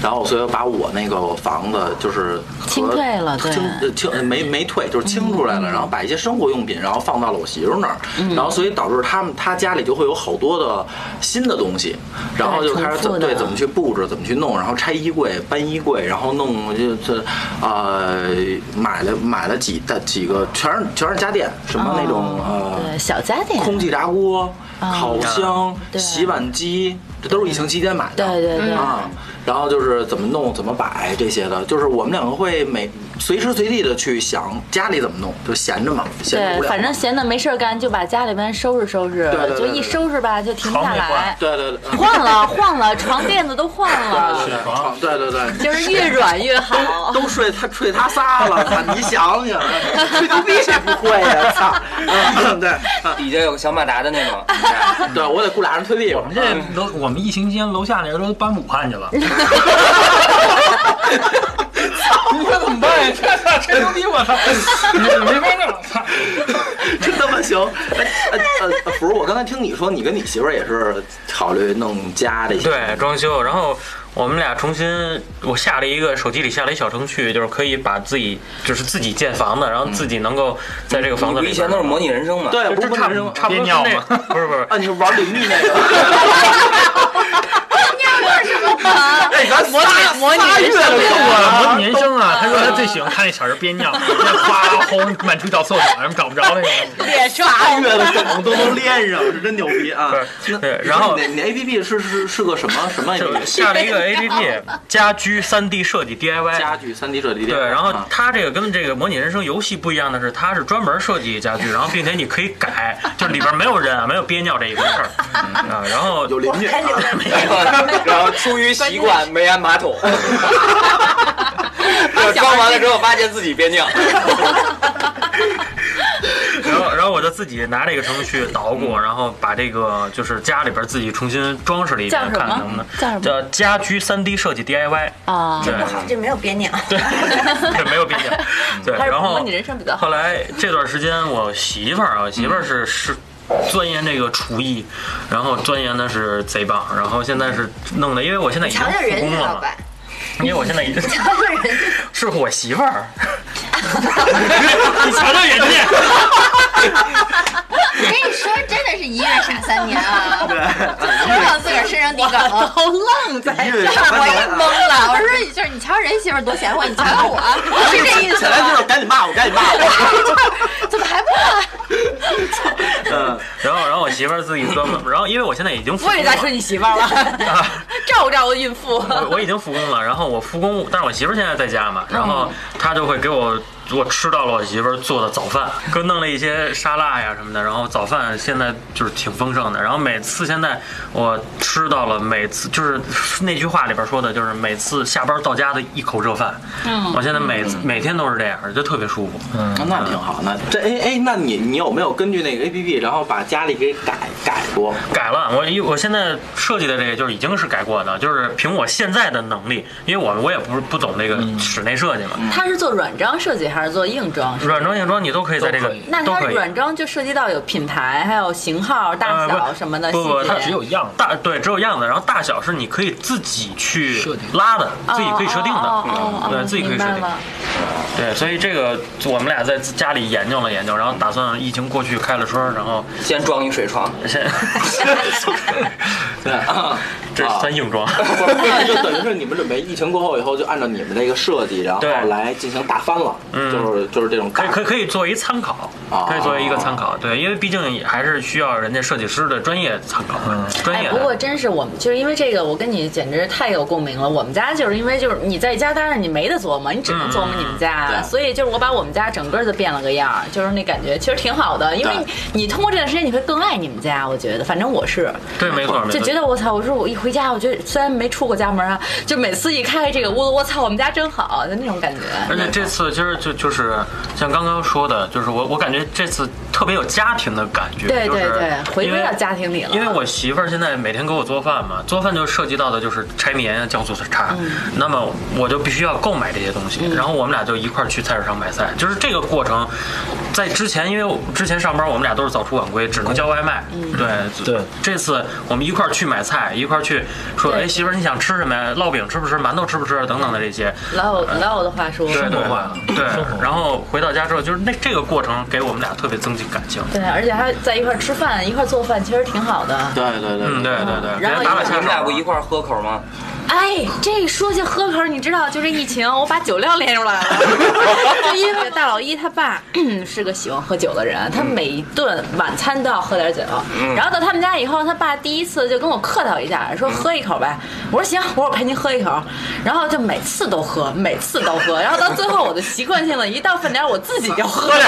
S3: 然后所以我把我那个房子就是和
S4: 清退了对嗯
S3: 清呃清没没退，就是清出来了，然后把一些生活用品，然后放到了我媳妇儿那儿，然后所以导致他们他家里就会有好多的新的东西，然后就开始
S4: 重
S3: 怎
S4: 复的
S3: 对怎么去布置，怎么去弄，然后拆衣柜、搬衣柜，然后弄就这呃买了买了几的几个全是全是家电，什么那种
S4: 哦
S3: 呃
S4: 对小家电，
S3: 空气炸锅、烤箱、
S4: 啊对
S3: 洗碗机，这都是疫情期间买的。
S4: 对对对
S3: 啊，然后就是怎么弄、怎么摆这些的，就是我们两个会每随时随地的去想家里怎么弄，就闲着嘛，闲着
S4: 对，
S3: 无聊嘛。
S4: 反正闲的没事儿干，就把家里边收拾收拾，
S3: 对对对
S4: 就一收拾吧就停不下
S7: 床也
S4: 来
S7: 换，
S3: 对对对。嗯
S4: 换了换了，床垫子都换了，
S7: 是
S3: 床对对对，
S4: 就是越软越好。
S3: 都睡他睡他仨了，操！你 想想，吹牛逼谁不会呀？操！嗯对，嗯
S6: 底下有个小马达的那种，
S3: 对我得雇俩人推屁股
S7: 我。们这楼，我们疫情期间楼下那人都搬武汉去 了，
S6: 你说怎么办呀？
S7: 吹牛逼我操，没法弄了，操！
S3: 真他妈行！哎哎呃，不是，我刚才听你说，你跟你媳妇儿也是考虑弄家这些，
S5: 对，装修，然后我们俩重新，我下了一个手机里下了一小程序，就是可以把自己就是自己建房子，然后自己能够在这个 房子
S6: 你不
S5: 里
S6: 以前都是模拟
S5: 人，
S6: 人生嘛？，
S3: 对，
S5: 就
S3: 不
S5: 这
S3: 是
S5: 差不
S3: 生
S5: 差不多
S7: 憋尿
S5: 是那
S7: 吗
S5: 个不是 不是，
S3: 啊，你是玩邻居 那个？哎，咱模拟模拟月
S7: 我
S3: 了，
S7: 模拟人生啊，他说他最喜欢看那小人憋尿， 哗轰满处 找厕所，什么找不着那个。
S4: 脸刷
S3: 八月的梗都能连上，是真牛逼啊！
S5: 对
S3: 那
S5: 对然后
S3: 你你 A P P 是是是个什么什么 A
S5: 就
S3: P
S5: 是
S3: P？
S5: 下了一个 APP 家居三 D 设计 DIY，
S3: 家具三 D 设计店。
S5: 对，然后
S3: 啊
S5: 它这个跟这个模拟人生游戏不一样的是，它是专门设计家具，然后并且你可以改，就里边没有人啊，没有憋尿这一回事 儿啊。然后
S3: 有邻居啊，
S6: 然后出于习惯没安马桶，对装完了之后发现自己憋 尿，
S5: 然后，然后我就自己拿这个程序捣鼓，然后把这个就是家里边自己重新装饰了一
S4: 叫
S5: 遍，
S4: 什么
S5: 看能不能
S4: 叫什么
S5: 叫家居三 D 设计 DIY。
S4: 啊！
S5: 对
S1: 这没有别鸟，
S5: 对， 没有毕竟。对，
S4: 还是
S5: 然后
S4: 模拟人生比较 好
S5: 后来这段时间，我媳妇儿啊，我媳妇
S1: 嗯
S5: 儿是是。钻研这个厨艺，然后钻研的是贼棒，然后现在是弄的，因为我现在已经
S1: 瞧瞧
S5: 复
S1: 人
S5: 工
S1: 家
S5: 了
S1: 老
S5: 嘛，
S1: 板，
S5: 因为我现在 已经
S1: 瞧瞧人家。
S5: 是我媳妇 儿，
S7: 你瞧瞧人家，
S2: 我跟你说，真的是一月傻三年 啊！我往自个儿身上递梗，
S4: 都愣在
S3: 一月
S2: 我也
S3: 啊
S2: 懵了。我说，就是你瞧人媳妇儿多贤惠，你瞧瞧我，我是这意思
S3: 起来就是
S2: 吧？
S3: 赶紧骂我，赶紧骂我。
S2: 怎么还不啊？
S3: 嗯，
S5: 然后然后我媳妇儿自己琢磨，然后因为我现在已经 复
S4: 我
S5: 工
S4: 也
S5: 了，
S4: 在说你媳妇儿 了， 照顾照顾孕 妇。
S5: 我我已经复工了，然后我复工，但是我媳妇儿现在在家嘛，然后她就会给我，我吃到了我媳妇儿做的早饭，给我弄了一些沙拉呀什么的，然后早饭现在就是挺丰盛的，然后每次现在我吃到了每次就是那句话里边说的，就是每次下班到家的一口热饭，嗯，我现在每次每天都是这样，就特别舒服，嗯，
S3: 啊那挺好。那这哎哎，那你你有没有根据那个 A P P，然后把家里给改改 过？
S5: 改了，我一我现在设计的这个就是已经是改过的，就是凭我现在的能力，因为我我也不是不懂这个室内设计嘛，
S4: 她是做软装设计还是做硬装设计？
S5: 软装硬装你都可以在这个
S7: 都可以
S4: 那
S5: 都
S4: 它
S5: 可以。
S4: 软装就涉及到有品牌，还有型号、大小什么的
S5: 呃不
S4: 细
S5: 不不它
S7: 只
S4: 节。
S7: 有样子。
S5: 大对，只有样子，然后大小是你可以自己去
S7: 设定
S5: 拉的，自己可以设定的嗯
S4: 哦哦哦哦，
S5: 对，自己可以
S4: 明
S5: 设
S4: 白
S5: 定。
S4: 了
S5: 对，所以这个我们俩在家里研究了研究，然后 打算疫情过去开了春儿，然后
S6: 先装一水床，
S5: 现，
S3: 对啊，
S5: 这是算 硬装。
S3: 不是就等于是你们准备疫情过后以后，就按照你们那个设计，然后
S5: 对
S3: 来进行大翻了，
S5: 嗯
S3: 就是就是这种
S5: 可
S3: 大
S5: 以可以可以作为参考
S7: 啊
S3: 哦，
S5: 可以作为一个参考，对，因为毕竟也还是需要人家设计师的专业参考，嗯专
S4: 哎，
S5: 业
S4: 不过
S5: 的。
S4: 真是我们就是因为这个，我跟你简直太有共鸣了。我们家就是因为就是你在家，当然你没得琢磨，你只能琢磨你们
S3: 嗯
S4: 家，
S3: 对
S4: 所以就是我把我们家整个就变了个样儿，就是那感觉其实挺好的。因为
S3: 对
S4: 你你通过这段时间，你会更爱你们家，我觉得，反正我是。
S5: 对，没错，没
S4: 就觉
S5: 错。
S4: 得我操！我说我一回家，我觉得虽然没出过家门啊，就每次一开这个屋子，我操，我们家真好，就那种感觉。
S5: 而且这次其实就就是像刚刚说的，就是我我感觉这次特别有家庭的感觉，
S4: 对对
S5: 就是
S4: 对，回
S5: 因为
S4: 归到家庭里了。
S5: 因为我媳妇儿现在每天给我做饭嘛，做饭就涉及到的就是柴米盐酱酱醋茶，
S4: 嗯
S5: 那么我就必须要购买这些东西，然后我们俩就一块儿去菜市场买菜，就是这个过程，在之前因为我之前上班我们俩都是早出晚归，只能叫外卖，
S4: 嗯
S5: 对
S7: 对
S5: 这次我们一块儿去买菜，一块儿去说，
S4: 对
S5: 哎媳妇儿你想吃什么呀？烙饼吃不吃？馒头吃不吃？等等的这些，
S4: 老有老有的话说，
S5: 对对
S7: 活化了
S5: 对
S7: 生活化，
S5: 然后回到家之后，就是那这个过程给我们俩特别增进感情。
S4: 对，而且还在一块儿吃饭，一块儿做饭，其实挺好的。
S3: 对对对
S5: 嗯，对对对，
S4: 然后
S5: 别打打
S6: 你
S5: 下
S6: 们俩
S5: 手
S6: 不
S5: 啊
S6: 一块儿喝口吗？
S4: 哎，这一说起喝口，你知道，就这疫情，我把酒量练出 来了。就因为大老一他爸是个喜欢喝酒的人，他每一顿晚餐都要喝点酒。
S5: 嗯
S4: 然后到他们家以后，他爸第一次就跟我客套一下，说喝一口呗。我说行，我说我陪您喝一口。然后就每次都喝，每次都喝。然后到最后，我就习惯性的一到饭点儿我自己就喝了。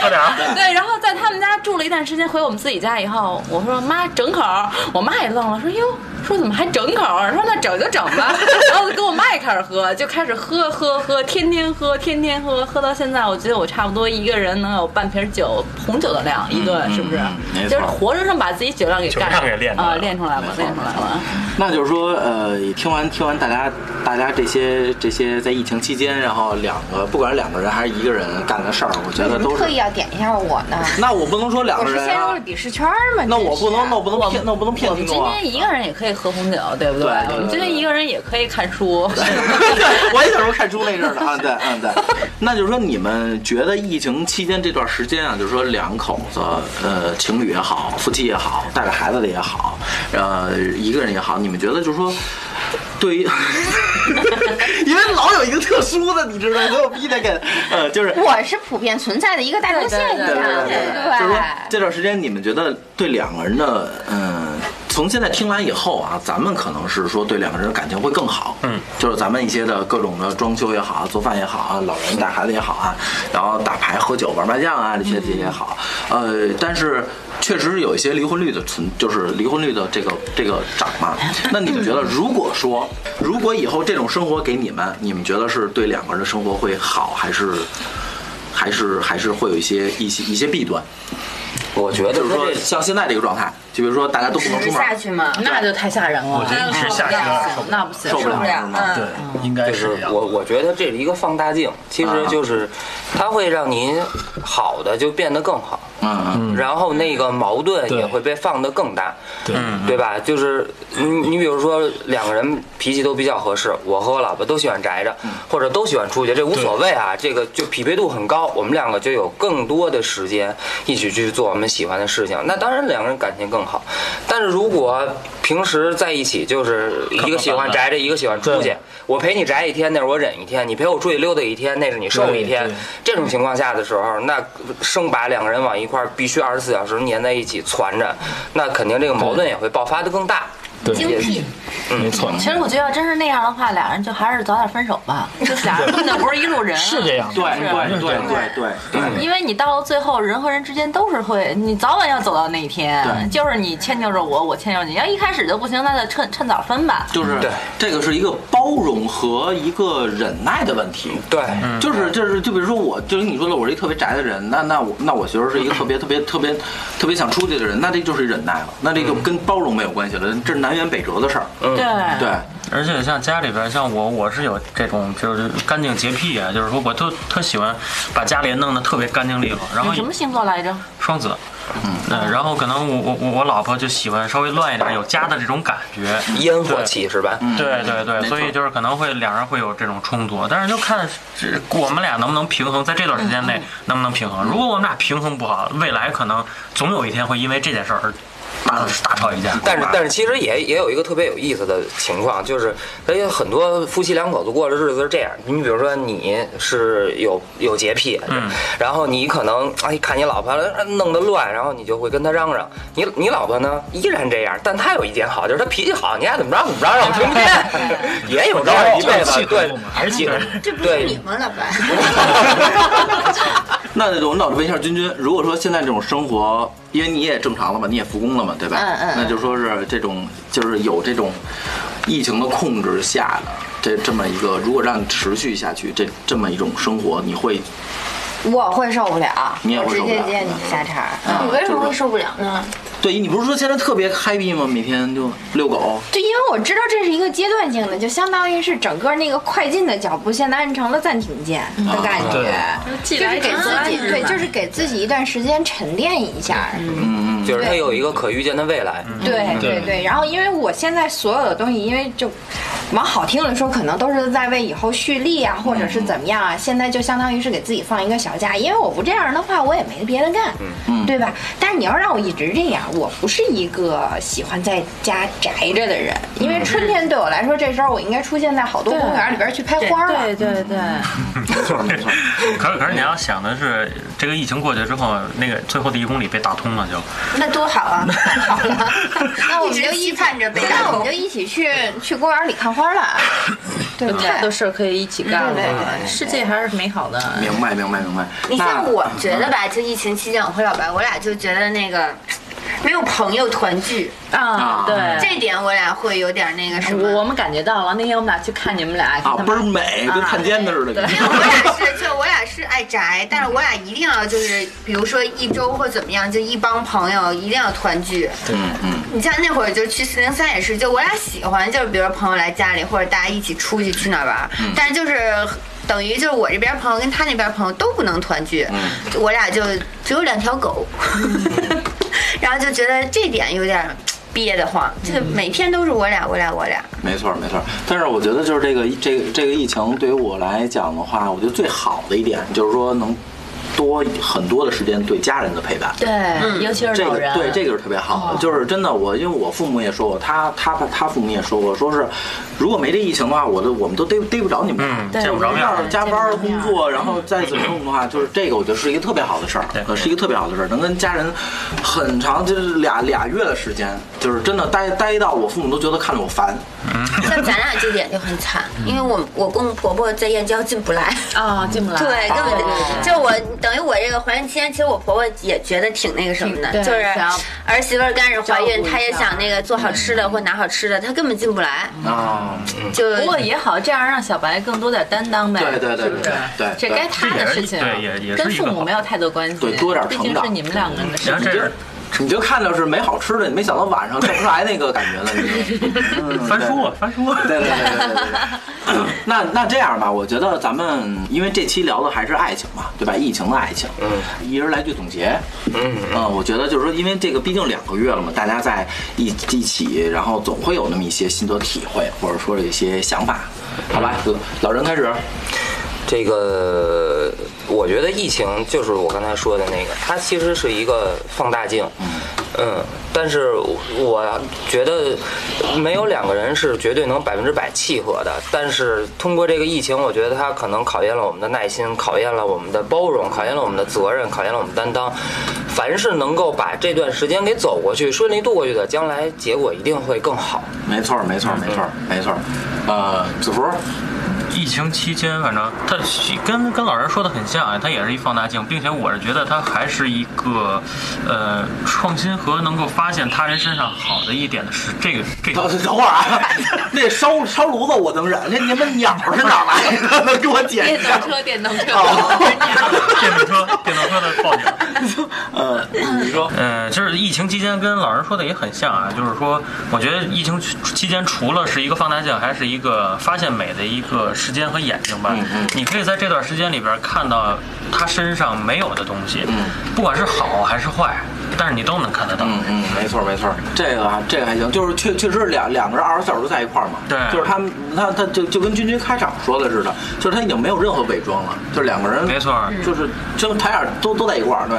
S5: 喝点儿。
S4: 对，然后在他们家住了一段时间，回我们自己家以后，我说妈整口儿，我妈也愣了，说哟，说怎么还整口儿？说那整就整吧， 然后就跟我妈也开始喝，就开始喝喝喝，天天喝，天天喝，喝到现在，我觉得我差不多一个人能有半瓶酒红酒的量，一顿、是不是
S3: 嗯嗯没？
S4: 就是
S3: 错
S4: 活生生把自己酒量给
S5: 酒
S4: 干
S5: 量给练出来
S4: 啊、
S5: 了
S4: 练出来了，练出来了。
S3: 那就是说，呃，听完听完大家大家这些这些在疫情期间，然后两个不管是两个人还是一个人干的事儿，我觉
S2: 为
S3: 得
S2: 什么
S3: 都
S2: 特意
S4: 啊
S2: 要
S3: 是。
S2: 点一下我呢？
S3: 那我不能说两
S2: 我
S3: 个
S2: 是
S3: 人
S2: 陷入
S3: 啊
S2: 了，鄙视圈儿吗？
S3: 那我
S2: 真是
S3: 不能，那我不能
S4: 我
S3: 骗，那我不能骗
S4: 我
S3: 听
S4: 们
S3: 众
S4: 今
S3: 啊。
S4: 天一个人也可以喝红酒，对不
S3: 对对对
S4: 我们今天
S3: 对
S4: 一个人也可以看书。
S3: 对，我也想说看书那阵儿的啊，对，嗯对。那就是说，你们觉得疫情期间这段时间啊，就是说两口子，呃，情侣也好，夫妻也好，带着孩子的也好，呃，一个人也好，你们觉得就是说，对于， 因为老有一个特殊的，你知道，所以我必须得给，呃，就是
S2: 我是普遍存在的一个大众现象，
S4: 对对对
S3: 对对对，就是说
S2: 对
S3: 这段时间你们觉得对两个人的，嗯，从现在听来以后啊，咱们可能是说对两个人的感情会更好，
S5: 嗯，
S3: 就是咱们一些的各种的装修也好啊，做饭也好啊，老人带孩子也好啊，然后打牌、喝酒、玩麻将啊这些这些也好，呃，但是确实是有一些离婚率的存，就是离婚率的这个这个涨嘛。那你们觉得，如果说如果以后这种生活给你们，你们觉得是对两个人的生活会好还是？还是还是会有一些一些一些弊端，
S6: 我觉得
S3: 就是
S6: 说
S3: 说像现在哎这个状态，就比如说大家都不能出
S1: 直
S3: 门，
S1: 下去嘛，
S4: 那就太吓人了，
S7: 我觉得一直下去了
S4: 哎那不行，
S3: 受不了
S1: 不
S3: 是
S1: 了
S8: 啊
S1: 嗯
S3: 吗？
S8: 嗯
S7: 对，应该
S6: 就是是
S7: 这 样。
S6: 我我觉得这是一个放大镜，其实就是它会让您好的就变得更好，
S3: 嗯嗯，
S6: 然后那个矛盾
S7: 对
S6: 也会被放得更大，
S7: 对
S6: 对吧？就是你你比如说两个人脾气都比较合适，我和我老婆都喜欢宅着，
S7: 嗯
S6: 或者都喜欢出去，这无所谓啊，这个就匹配度很高，我们两个就有更多的时间一起去做我们喜欢的事情，那当然两个人感情更好。但是如果平时在一起就是一个喜欢宅着，一个喜欢出去
S7: 对，
S6: 我陪你宅一天，那是我忍一天；你陪我出去溜达一天，那是你受一天
S7: 对对。
S6: 这种情况下的时候，那生把两个人往一块儿必须二十四小时粘在一起攒着，那肯定这个矛盾也会爆发的更大。
S7: 对，
S2: 精辟。
S7: 没错，
S4: 其实我觉得要真是那样的话，俩人就还是早点分手吧， 就是俩人根本就不是一路人。
S7: 是这。样的。
S3: 对对
S7: 是这
S3: 对
S7: 样
S3: 对对对，
S4: 因为你到了最后，人和人之间都是会，你早晚要走到那一
S3: 对
S4: 天，就是你迁就着我，我迁就你。要一开始就不行，那就趁趁早分吧。
S3: 就是
S6: 对
S3: 这个是一个包容和一个忍耐的问题。
S6: 对，
S3: 就是就是，就比如说我，就是你说了，我是一个特别宅的人，那那我那我媳妇儿是一个特别特别特别特别想出去的人，那这就是忍耐了，那这就跟包容没有关系了，这是南辕北辙的事儿。
S4: 对
S3: 对，
S5: 而且像家里边，像我，我是有这种就是干净洁癖啊，就是说我特特喜欢把家里弄得特别干净利落，然后
S4: 嗯你什么星座来着？
S5: 双子，嗯、然后可能我我我我老婆就喜欢稍微乱一点，有家的这种感觉。
S6: 烟火气是吧？
S7: 嗯
S5: 对对对，所以就是可能会两人会有这种冲突，但是就看这我们俩能不能平衡，在这段时间内能不能平衡。如果我们俩平衡不好，未来可能总有一天会因为这件事儿而大大吵一架。
S6: 嗯但是但是其实也也有一个特别有意思的情况，就是而且很多夫妻两口子过的日子是这样，你比如说你是有有洁癖，
S5: 嗯，
S6: 然后你可能哎看你老婆呃弄得乱，然后你就会跟她嚷嚷，你你老婆呢依然这样，但她有一点好，就是她脾气好，你爱怎么着怎么着，让我听 不见，也有这样一辈
S7: 就是
S6: 子，
S7: 气头
S6: 对
S7: 嘛，还是气头
S2: 这不是
S6: 对
S2: 你们了吧？
S3: 那我们老问一下君君，如果说现在这种生活，因为你也正常了嘛，你也复工了嘛，对吧？
S2: 嗯嗯嗯
S3: 那就说是这种，就是有这种疫情的控制下的这这么一个，如果让你持续下去，这这么一种生活，你会
S2: 我会受不了，
S3: 你也会受不了
S2: 我直接接你下茬儿。
S3: 啊
S8: 你为什么
S3: 就
S8: 会
S3: 是
S8: 受不了呢？
S3: 对你不是说现在特别 happy 吗？每天就遛狗，
S2: 对，因为我知道这是一个阶段性的，就相当于是整个那个快进的脚步现在按成了暂停键
S3: 嗯
S2: 的感
S3: 啊
S7: 对
S2: 觉，
S4: 既
S2: 就是
S4: 然
S2: 给自己对，就是给自己一段时间沉淀一下。
S3: 嗯嗯，
S6: 就是她有一个可预见的未来，
S2: 对对
S7: 对
S2: 对，然后因为我现在所有的东西，因为就往好听了说，可能都是在为以后蓄力啊，或者是怎么样啊。现在就相当于是给自己放一个小假，因为我不这样的话，我也没别的干，对吧？但是你要让我一直这样，我不是一个喜欢在家宅着的人，因为春天对我来说，这时候我应该出现在好多
S4: 对
S2: 公园里边去拍花了。
S4: 对对对，
S3: 没错没错，
S5: 可是可是你要想的是，这个疫情过去之后，那个最后的一公里被打通了就。
S8: 那多好啊！
S2: 好了，那我们
S8: 一
S2: 就
S8: 直
S2: 一
S8: 期盼着被打
S2: 那我们
S8: 通
S2: 就。一起去去公园里看花了，啊对不对？
S4: 太多事儿可以一起干
S2: 嗯对对
S4: 了
S2: 对对，
S4: 世界还是美好的。
S3: 明白明白明白。
S1: 你
S3: 嗯
S1: 像我觉得吧，就疫情期间我和老白，我俩就觉得那个没有朋友团聚，
S4: 啊，对，
S1: 这点我俩会有点那个什
S4: 我我
S1: 么。
S4: 们感觉到了。那天我们俩去看你们俩，
S3: 啊
S4: 看，他
S3: 倍儿
S4: 们
S3: 美，跟汉奸的似的。
S1: 因为 我俩是，就我俩是爱宅，但是我俩一定要就是，比如说一周或怎么样，就一帮朋友一定要团聚。
S3: 嗯嗯，
S1: 你像那会儿就去四零三也是，就我俩喜欢就是，比如朋友来家里，或者大家一起出去去哪儿玩儿，但是就是等于就是我这边朋友跟他那边朋友都不能团聚，就我俩就只有两条狗， 然后就觉得这点有点儿憋得慌，就每天都是我俩我俩我俩，
S3: 没错没错。但是我觉得就是这个这个这个疫情对于我来讲的话，我觉得最好的一点就是说能多很多的时间对家人的陪伴。
S4: 对，尤其是
S3: 这
S4: 老
S3: 个
S4: 人，
S3: 对这个是特别好的，就是真的我，因为我父母也说过，他他他父母也说过，说是如果没这疫情的话，我都我们都逮逮不着你们俩，
S5: 嗯，见不着面儿。
S3: 加班儿工作，然后再怎么弄的话，就是这个，我觉得是一个特别好的事儿
S5: 对，
S3: 呃是一个特别好的事儿，能跟家人很长，就是俩俩月的时间，就是真的待待到我父母都觉得看着我烦。
S1: 像咱俩这点就很惨，因为我我公公婆婆在燕郊进不来。
S4: 啊，进不来，
S1: 对，根本
S4: 哦
S1: 就我等于我这个怀孕期间，其实我婆婆也觉得挺那个什么的，
S4: 挺对
S1: 就是
S4: 想要
S1: 儿媳妇儿刚开始怀
S4: 照
S1: 孕，
S4: 顾一
S1: 她也
S4: 下嗯
S1: 想那个做好吃的或拿好吃的，她根本进不来，
S3: 啊，
S5: 哦
S1: 就
S4: 不过也好，这样让小白更多点担当呗，
S3: 对对对
S4: 是不是
S3: 对对
S4: 这该他的事情，
S5: 这也是对也也是
S4: 跟
S5: 一个
S4: 父母没有太多关系，
S3: 对多点
S4: 毕
S3: 成
S4: 竟
S3: 长
S4: 是你们两个人的
S5: 你
S4: 事
S5: 看
S4: 情。
S5: 这是
S3: 你就看到是没好吃的，你没想到晚上做不出来那个感觉了，你就嗯
S5: 翻
S3: 对
S5: 书啊，翻书啊。
S3: 对对对对对对。 那那这样吧，我觉得咱们因为这期聊的还是爱情嘛，对吧？疫情的爱情，嗯，一人来句总结。
S6: 嗯。
S3: 嗯，我觉得就是说，因为这个毕竟两个月了嘛，大家在一一起，然后总会有那么一些心得体会，或者说有一些想法，好吧？老人开始，
S6: 这个，我觉得疫情就是我刚才说的那个，它其实是一个放大镜。嗯，但是我觉得没有两个人是绝对能百分之百契合的。但是通过这个疫情，我觉得它可能考验了我们的耐心，考验了我们的包容，考验了我们的责任，考验了我们的担当。凡是能够把这段时间给走过去、顺利度过去的，将来结果一定会更好。
S3: 没错儿，没错儿，没错儿，没错儿。呃，子福，
S5: 疫情期间，反正它跟跟老人说的很像，它也是一放大镜，并且我是觉得它还是一个，呃，创新和能够发现他人身上好的一点的是这个这
S3: 等
S5: 个。
S3: 等会儿啊，那烧烧炉子我能忍，那你们鸟是哪来的？ 能给我解
S4: 电
S3: 释一下
S4: 动
S3: 吗？
S4: 车，电动 车，
S3: 哦
S5: 电动车，电动车的报警。
S3: 呃，你说，
S5: 呃，就是疫情期间跟老人说的也很像啊，就是说，我觉得疫情期间除了是一个放大镜，还是一个发现美的一个时间和眼睛吧。你可以在这段时间里边看到他身上没有的东西，不管是好还是坏，但是你都能看得到。
S3: 嗯嗯，没错没错，这个啊还这个还行，就是确确实两两个人二十四小时在一块儿嘛，
S5: 对
S3: 就是他们他他就就跟君君开场说的似的，就是他已经没有任何伪装了，就是两个人
S5: 没错
S4: 嗯
S3: 就是睁抬眼儿都都在一块儿，对。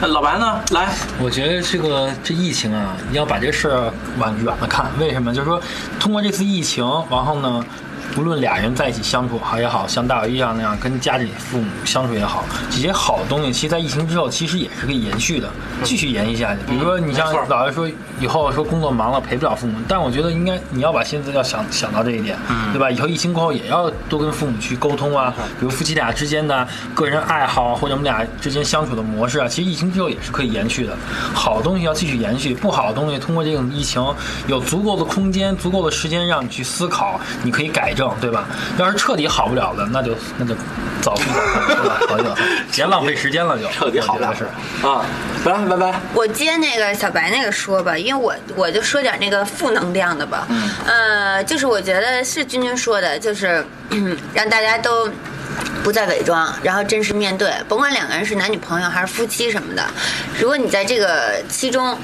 S3: 那老白呢？来，
S7: 我觉得这个这疫情啊，你要把这事儿往远了看，为什么？就是说，通过这次疫情，然后呢，无论俩人在一起相处好也好，像大友一样那样跟家里父母相处也好，这些好东西，其实在疫情之后其实也是可以延续的，继续延续下去。比如说，你像
S3: 没错
S7: 老是说以后说工作忙了陪不了父母，但我觉得应该你要把心思要想想到这一点，
S3: 嗯
S7: 对吧？以后疫情过后也要多跟父母去沟通啊，比如夫妻俩之间的个人爱好啊或者我们俩之间相处的模式啊，其实疫情之后也是可以延续的。好东西要继续延续，不好的东西通过这种疫情有足够的空间、足够的时间让你去思考，你可以改正，对吧？要是彻底好不了的，那就那就早闭早看，对吧？早闭早看，别浪费时间了就，
S3: 彻底好不
S7: 我觉
S3: 了
S7: 得是。
S3: 啊，来，拜拜。
S1: 我接那个小白那个说吧，因为我我就说点那个负能量的吧。嗯，呃，就是我觉得是君君说的，就是嗯让大家都。不再伪装，然后真实面对，甭管两个人是男女朋友还是夫妻什么的。如果你在这个期中，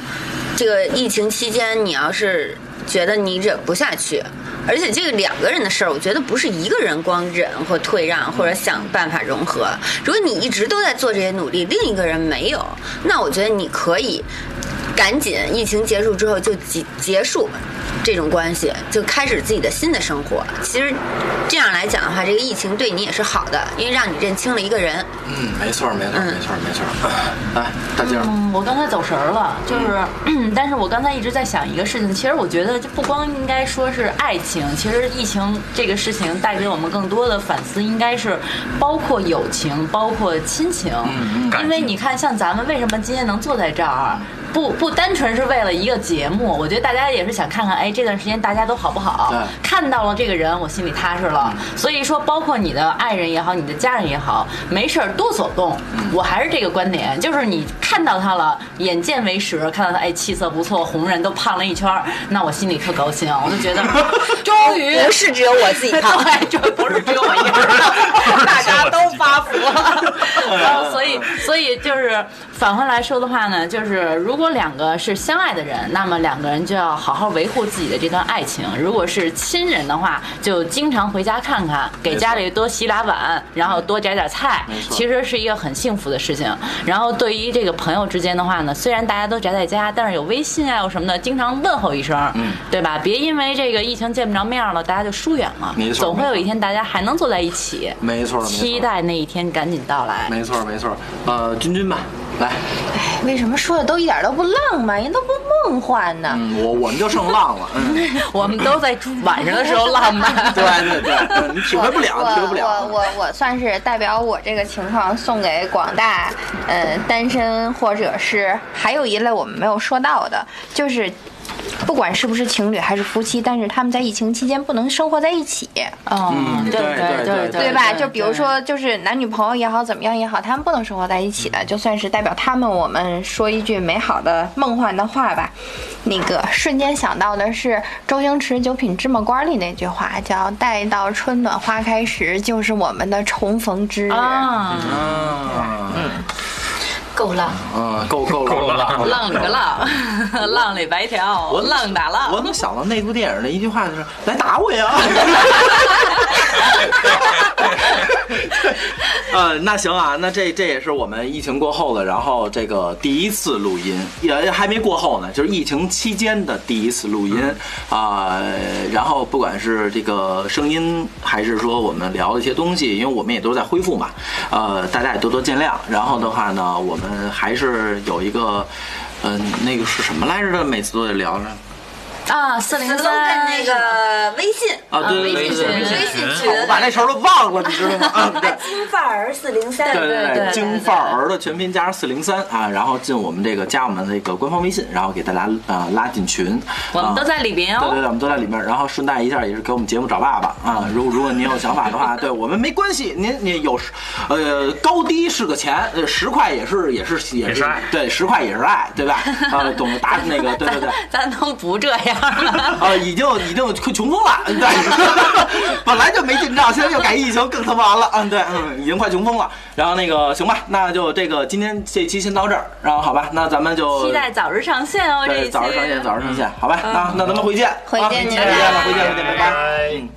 S1: 这个疫情期间，你要是觉得你忍不下去，而且这个两个人的事儿，我觉得不是一个人光忍或退让或者想办法融合。如果你一直都在做这些努力，另一个人没有，那我觉得你可以赶紧疫情结束之后就结结束这种关系，就开始自己的新的生活。其实这样来讲的话，这个疫情对你也是好的，因为让你认清了一个人。
S3: 嗯，没错没错
S1: 嗯
S3: 没错没错。来，大静儿，
S4: 嗯，我刚才走神儿了，就是， 但是我刚才一直在想一个事情，其实我觉得这不光应该说是爱情，其实疫情这个事情带给我们更多的反思，应该是包括友情，包括亲嗯情，因为你看，像咱们为什么今天能坐在这儿？不不单纯是为了一个节目，我觉得大家也是想看看，哎，这段时间大家都好不好
S3: 对？
S4: 看到了这个人，我心里踏实了。所以说，包括你的爱人也好，你的家人也好，没事儿多走动。我还是这个观点，就是你看到他了，眼见为实，看到他哎气色不错，红人都胖了一圈儿，那我心里特高兴，我就觉得终于
S1: 不是只有我自己 胖，
S4: 对，这不是只有我一个 人，大家都发福了。然
S1: 嗯
S4: 后所以，所以就是反过来说的话呢，就是如果两个是相爱的人，那么两个人就要好好维护自己的这段爱情；如果是亲人的话，就经常回家看看，给家里多洗俩碗，然后多摘点菜
S3: 没，错
S4: 其实是一个很幸福的事情。然后对于这个朋友之间的话呢，虽然大家都宅在家，但是有微信啊，有什么的，经常问候一声，
S1: 嗯
S4: 对吧？别因为这个疫情见不着面了，大家就疏远了。
S3: 没错
S4: 总会有一天大家还能坐在一起，
S3: 没错没错
S4: 期待那一天赶紧到来。
S3: 没错没错。呃，君君吧，来，
S2: 为什么说的都一点都不浪漫，人都不梦幻呢？
S3: 嗯，我我们就剩浪了。嗯，
S4: 我们都在晚上的时候浪漫。
S3: 对对对，你体会不了，体会不了。
S2: 我我我我算是代表我这个情况送给广大呃单身或者是还有一类我们没有说到的，就是。不管是不是情侣还是夫妻，但是他们在疫情期间不能生活在一起，
S4: 嗯，对
S3: 对对
S4: 对
S3: 对
S2: 对吧？就比如，说，就是男女朋友也好，怎么样也好，他们不能生活在一起的，就算是代表他们，我们说一句美好的梦幻的话吧。那个瞬间想到的是周星驰《九品芝麻官》里那句话，叫“待到春暖花开时，就是我们的重逢之日”
S4: 啊，
S3: 啊，
S1: 够浪。
S3: 嗯，够够了，
S5: 够了
S3: 了，
S4: 浪个浪，浪里白条，
S3: 我
S4: 浪打
S3: 我
S4: 浪。
S3: 能想到那部电影的一句话就是“来打我呀”。 呃，那行啊，那这这也是我们疫情过后的，然后这个第一次录音，也还没过后呢，就是疫情期间的第一次录音啊、然后不管是这个声音，还是说我们聊的一些东西，因为我们也都是在恢复嘛，呃，大家也多多见谅。然后的话呢，我们还是有一个，嗯、那个是什么来着的？每次都得聊着。
S4: 啊，四零
S1: s l
S4: 三
S1: 那个微信，
S3: 啊，对对对对
S5: 微
S3: 对
S5: 信
S1: 微
S5: 群
S1: 信群
S3: 对，，我把那词儿都忘了，你知 道吗？啊，对
S1: 金范儿四零三，
S3: 对
S4: 对对
S3: 京范儿的全拼加上四零三啊，然后进我们这个加我们这个官方微信，然后给大家啊拉进群，
S4: 我们
S3: 啊
S4: 都在里边
S3: 对
S4: 哦。
S3: 对对，我们都在里面，然后顺带一下也是给我们节目找爸爸啊。如如果您有想法的话，对我们没关系，您您有时，呃高低是个钱，呃十块也是也是也
S5: 也是爱
S3: 对，十块也是爱，对吧？啊，懂得打那个，对对对，
S4: 咱能不这样样 了。
S3: 啊，已经已经快穷疯了，嗯对，本来就没进账，现在又改疫情，更他妈完了，嗯，对，嗯，已经快穷疯了。然后那个行吧，那就这个今天这期先到这儿，然后好吧，那咱们就
S4: 期待早日上线哦，这一
S3: 对
S4: 期嗯
S3: 早日上线，早日上线，好吧，那那咱们回见，
S2: 回见
S3: 啊
S2: 见
S3: 再见了，回见，回见，拜拜。
S7: 拜。
S3: 嗯